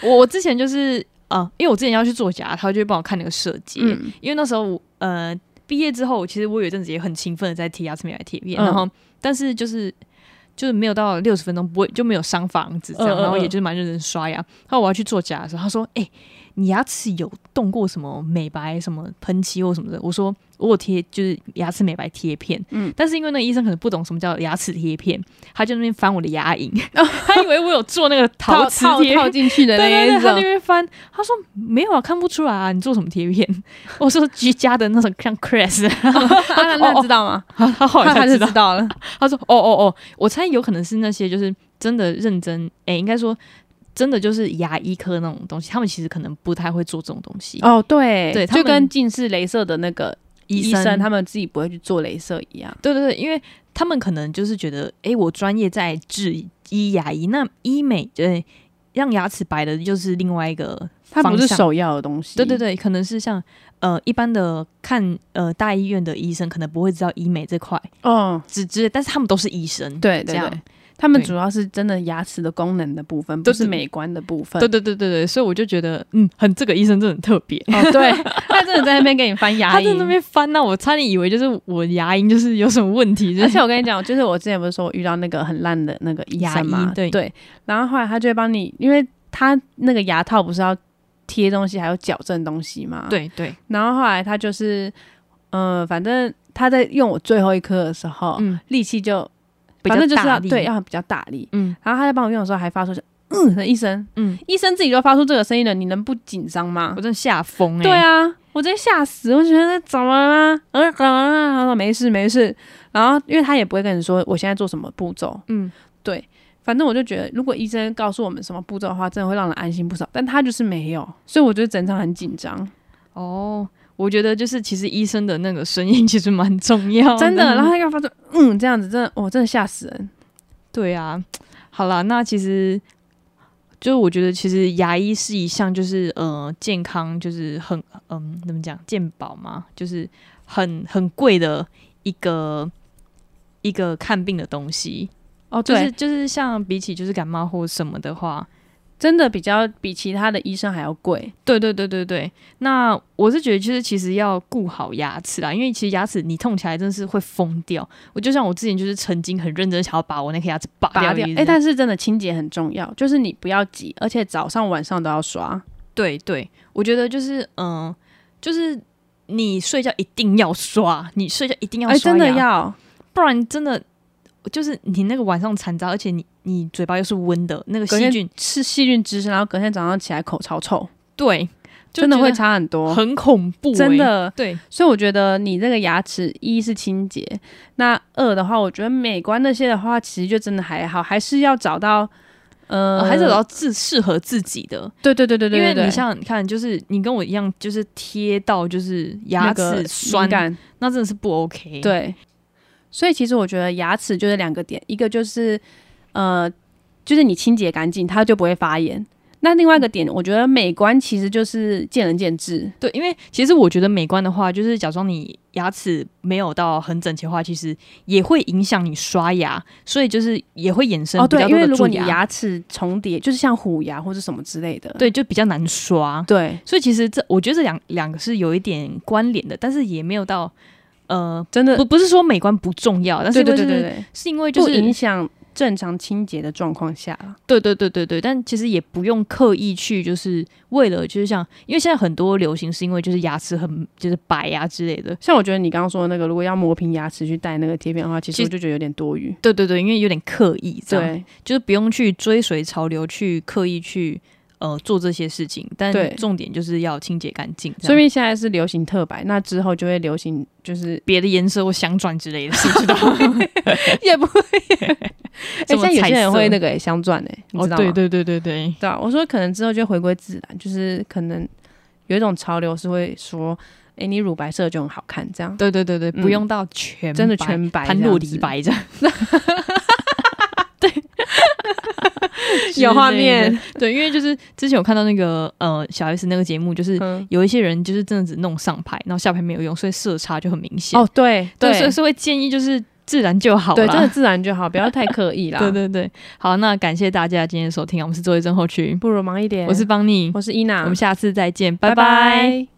[SPEAKER 1] 我我之前就是啊，因为我之前要去做假，他就会帮我看那个设计，
[SPEAKER 2] 嗯
[SPEAKER 1] 因为那时候我呃毕业之后，其实我有一阵子也很勤奋的在贴牙齿美白贴片，
[SPEAKER 2] 嗯
[SPEAKER 1] 然后但是就是就是没有到六十分钟不会就没有伤房子这样，
[SPEAKER 2] 嗯嗯
[SPEAKER 1] 然后也
[SPEAKER 2] 嗯
[SPEAKER 1] 就是蛮认真刷牙。然后我要去做假的时候，他说：“哎、你牙齿有动过什么美白、什么喷漆或什么的？”我说：“我有贴就是牙齿美白贴片。”嗯
[SPEAKER 3] 嗯，
[SPEAKER 1] 但是因为那个医生可能不懂什么叫牙齿贴片，他就那边翻我的牙龈，他以为 我有做那个 陶
[SPEAKER 3] 套
[SPEAKER 1] 瓷
[SPEAKER 3] 套
[SPEAKER 1] 贴片
[SPEAKER 3] 套进去的
[SPEAKER 1] 对
[SPEAKER 3] 那
[SPEAKER 1] 对对，
[SPEAKER 3] 一
[SPEAKER 1] 他那
[SPEAKER 3] 种，
[SPEAKER 1] 边翻，他说没有啊，看不出来啊，你做什么贴片？ 我说居家的那种像 Crash，哦
[SPEAKER 3] 他那知道吗？
[SPEAKER 1] 他他后来
[SPEAKER 3] 他
[SPEAKER 1] 才
[SPEAKER 3] 他
[SPEAKER 1] 知
[SPEAKER 3] 就
[SPEAKER 1] 道
[SPEAKER 3] 知，道了。
[SPEAKER 1] 他说哦哦哦，我猜有可能是那些就是真的认真，哎、应该说真的就是牙医科那种东西，他们其实可能不太会做这种东西。
[SPEAKER 2] 哦， 对
[SPEAKER 1] 对他
[SPEAKER 2] 就
[SPEAKER 1] 们
[SPEAKER 2] 跟近视镭射的那个
[SPEAKER 1] 医
[SPEAKER 2] 医
[SPEAKER 1] 生
[SPEAKER 2] 他们自己不会去做镭射一样。
[SPEAKER 1] 对对对，因为他们可能就是觉得，哎、我专业在治医牙医，那医美对让牙齿白的就是另外一个
[SPEAKER 2] 它不是
[SPEAKER 1] 方向
[SPEAKER 2] 首要的东西，
[SPEAKER 1] 对对对，可能是像呃一般的看呃大医院的医生可能不会知道医美这块，
[SPEAKER 2] 哦，
[SPEAKER 1] 只知但是他们都是医生。
[SPEAKER 2] 对
[SPEAKER 1] 这
[SPEAKER 2] 对
[SPEAKER 1] 样
[SPEAKER 2] 对，他们
[SPEAKER 1] 对
[SPEAKER 2] 主要是真的牙齿的功能的部分，
[SPEAKER 1] 对
[SPEAKER 2] 不
[SPEAKER 1] 对
[SPEAKER 2] 是美观的部分。
[SPEAKER 1] 对对对对对，所以我就觉得嗯，很这个医生真的很特别。
[SPEAKER 2] 哦，对，他真的在那边给你翻牙
[SPEAKER 1] 他在那
[SPEAKER 2] 龈。
[SPEAKER 1] 边翻那、我差点以为就是我牙龈就是有什么问题，就
[SPEAKER 2] 而
[SPEAKER 1] 是
[SPEAKER 2] 且我跟你讲，就是我之前不是说我遇到那个很烂的那个医
[SPEAKER 1] 牙
[SPEAKER 2] 生嘛
[SPEAKER 1] 医，对
[SPEAKER 2] 然后后来他就会帮你，因为他那个牙套不是要贴东西，还有矫正东西嘛，。
[SPEAKER 1] 对对，
[SPEAKER 2] 然后后来他就是，呃，反正他在用我最后一颗的时候，
[SPEAKER 1] 嗯
[SPEAKER 2] 力气就
[SPEAKER 1] 比较
[SPEAKER 2] 反正就是
[SPEAKER 1] 大
[SPEAKER 2] 要
[SPEAKER 1] 力
[SPEAKER 2] 对要比哦较大力。
[SPEAKER 1] 嗯
[SPEAKER 2] 然后他在帮我用的时候还发出嗯的一声，
[SPEAKER 1] 嗯，
[SPEAKER 2] 医生自己都发出这个声音了，你能不紧张吗
[SPEAKER 1] 我？真的吓疯哎。
[SPEAKER 2] 对，啊，我直接吓死，我觉得怎么了？呃，怎么了？他说没事没事。然后因为他也不会跟你说我现在做什么步骤，
[SPEAKER 1] 嗯，
[SPEAKER 2] 反正我就觉得，如果医生告诉我们什么步骤的话，真的会让人安心不少。但他就是没有，所以我觉得整场很紧张，
[SPEAKER 1] 哦，我觉得就是其实医生的那个声音其实蛮重要
[SPEAKER 2] 真的。
[SPEAKER 1] 的
[SPEAKER 2] 然后他又发出嗯这样子，真的，我、真的吓死人。
[SPEAKER 1] 对啊，好啦，那其实就我觉得，其实牙医是一项就是呃健康就是很嗯怎么讲健保嘛，就是很很贵的一个一个看病的东西。
[SPEAKER 2] 哦，
[SPEAKER 1] 就
[SPEAKER 2] 对，
[SPEAKER 1] 是就是像比起就是感冒或什么的话，
[SPEAKER 2] 真的比较比其他的医生还要贵。
[SPEAKER 1] 对对对对对。那我是觉得就是其实要顾好牙齿啦，因为其实牙齿你痛起来真的是会疯掉。我就像我之前就是曾经很认真地想要把我那颗牙齿拔
[SPEAKER 2] 拔掉
[SPEAKER 1] 掉一，
[SPEAKER 2] 哎、
[SPEAKER 1] 样
[SPEAKER 2] 但是真的清洁很重要，就是你不要急，而且早上晚上都要刷。
[SPEAKER 1] 对对，我觉得就是嗯、就是你睡觉一定要刷，你睡觉一定要
[SPEAKER 2] 哎、
[SPEAKER 1] 刷、
[SPEAKER 2] 真的，要，
[SPEAKER 1] 不然真的就是你那个晚上残渣，而且你你嘴巴又是温的，那个
[SPEAKER 2] 隔
[SPEAKER 1] 细
[SPEAKER 2] 天
[SPEAKER 1] 菌
[SPEAKER 2] 吃细菌滋生，然后隔天早上起来口超臭。
[SPEAKER 1] 对，就
[SPEAKER 2] 真的
[SPEAKER 1] 觉
[SPEAKER 2] 会
[SPEAKER 1] 得
[SPEAKER 2] 差很多，
[SPEAKER 1] 很恐怖、欸，
[SPEAKER 2] 真的。
[SPEAKER 1] 对，
[SPEAKER 2] 所以我觉得你这个牙齿一是清洁，那二的话，我觉得美观那些的话，其实就真的还好，还是要找到，呃，
[SPEAKER 1] 还是找到自适合自己的，
[SPEAKER 2] 对对对对对对
[SPEAKER 1] 因
[SPEAKER 2] 对
[SPEAKER 1] 为你想想看，就是你跟我一样，就是贴到就是
[SPEAKER 2] 那
[SPEAKER 1] 牙
[SPEAKER 2] 个
[SPEAKER 1] 齿酸，
[SPEAKER 2] 敏感，
[SPEAKER 1] 那真的是不 OK。，
[SPEAKER 2] 对。所以其实我觉得牙齿就是两个点，一个就是呃，就是你清洁干净，它就不会发炎。那另外一个点，我觉得美观其实就是见仁见智，
[SPEAKER 1] 对，因为其实我觉得美观的话，就是假装你牙齿没有到很整齐的话，其实也会影响你刷牙，所以就是也会衍生
[SPEAKER 2] 哦，
[SPEAKER 1] 比
[SPEAKER 2] 对
[SPEAKER 1] 较，多
[SPEAKER 2] 因为
[SPEAKER 1] 的
[SPEAKER 2] 如
[SPEAKER 1] 蛀
[SPEAKER 2] 果你
[SPEAKER 1] 牙，
[SPEAKER 2] 牙齿重叠，就是像虎牙或者什么之类的，
[SPEAKER 1] 对，就比较难刷。
[SPEAKER 2] 对，
[SPEAKER 1] 所以其实这我觉得这两两个是有一点关联的，但是也没有到呃，
[SPEAKER 2] 真的，
[SPEAKER 1] 不不是说美观不重要，但是
[SPEAKER 2] 对对
[SPEAKER 1] 因为
[SPEAKER 2] 对对
[SPEAKER 1] 是
[SPEAKER 2] 对，
[SPEAKER 1] 是因为就
[SPEAKER 2] 不
[SPEAKER 1] 是
[SPEAKER 2] 影响正常清洁的状况下啦
[SPEAKER 1] 对对对对对，但其实也不用刻意去，就是为了就是像，因为现在很多流行是因为就是牙齿很就是白呀、之类的。
[SPEAKER 2] 像我觉得你刚刚说的那个，如果要磨平牙齿去戴那个贴片的话，其
[SPEAKER 1] 其实
[SPEAKER 2] 实我就觉得有点多余。
[SPEAKER 1] 对对对，因为有点刻意，这样，
[SPEAKER 2] 对，
[SPEAKER 1] 就是不用去追随潮流去刻意去呃做这些事情，但
[SPEAKER 2] 对
[SPEAKER 1] 重点就是要清洁干净。
[SPEAKER 2] 说
[SPEAKER 1] 以
[SPEAKER 2] 明现在是流行特白，那之后就会流行就是
[SPEAKER 1] 别的颜色或镶钻之类的，是不知道
[SPEAKER 2] 也不会。
[SPEAKER 1] 什
[SPEAKER 2] 哎，现
[SPEAKER 1] 么
[SPEAKER 2] 在有
[SPEAKER 1] 彩
[SPEAKER 2] 些人会
[SPEAKER 1] 色
[SPEAKER 2] 那个诶镶钻哎，你知道吗？
[SPEAKER 1] 对对对对对，
[SPEAKER 2] 对啊，我说可能之后就回归自然，就是可能有一种潮流是会说，哎，你乳白色就很好看，这样
[SPEAKER 1] 对对对对，
[SPEAKER 2] 嗯
[SPEAKER 1] 不用到全白
[SPEAKER 2] 真的全白
[SPEAKER 1] 潘
[SPEAKER 2] 这样
[SPEAKER 1] 若
[SPEAKER 2] 子
[SPEAKER 1] 迪白这样。对，
[SPEAKER 2] 有画
[SPEAKER 1] 之类的
[SPEAKER 2] 面。
[SPEAKER 1] 对，因为就是之前有看到那个呃小 S 那个节目，就是
[SPEAKER 2] 嗯，
[SPEAKER 1] 有一些人就是真的只弄上排，然后下排没有用，所以色差就很明显。
[SPEAKER 2] 哦，对
[SPEAKER 1] 对，
[SPEAKER 2] 对
[SPEAKER 1] 所以是会建议就是自然就好
[SPEAKER 2] 对，
[SPEAKER 1] 啦
[SPEAKER 2] 真的自然就好，不要太刻意啦。
[SPEAKER 1] 对，啊对对。好，那感谢大家今天的收听啊，我们是周一真后区，
[SPEAKER 2] 不如忙一点。
[SPEAKER 1] 我是邦尼，
[SPEAKER 2] 我是伊娜，
[SPEAKER 1] 我们下次再见，
[SPEAKER 2] 拜
[SPEAKER 1] 拜拜
[SPEAKER 2] 拜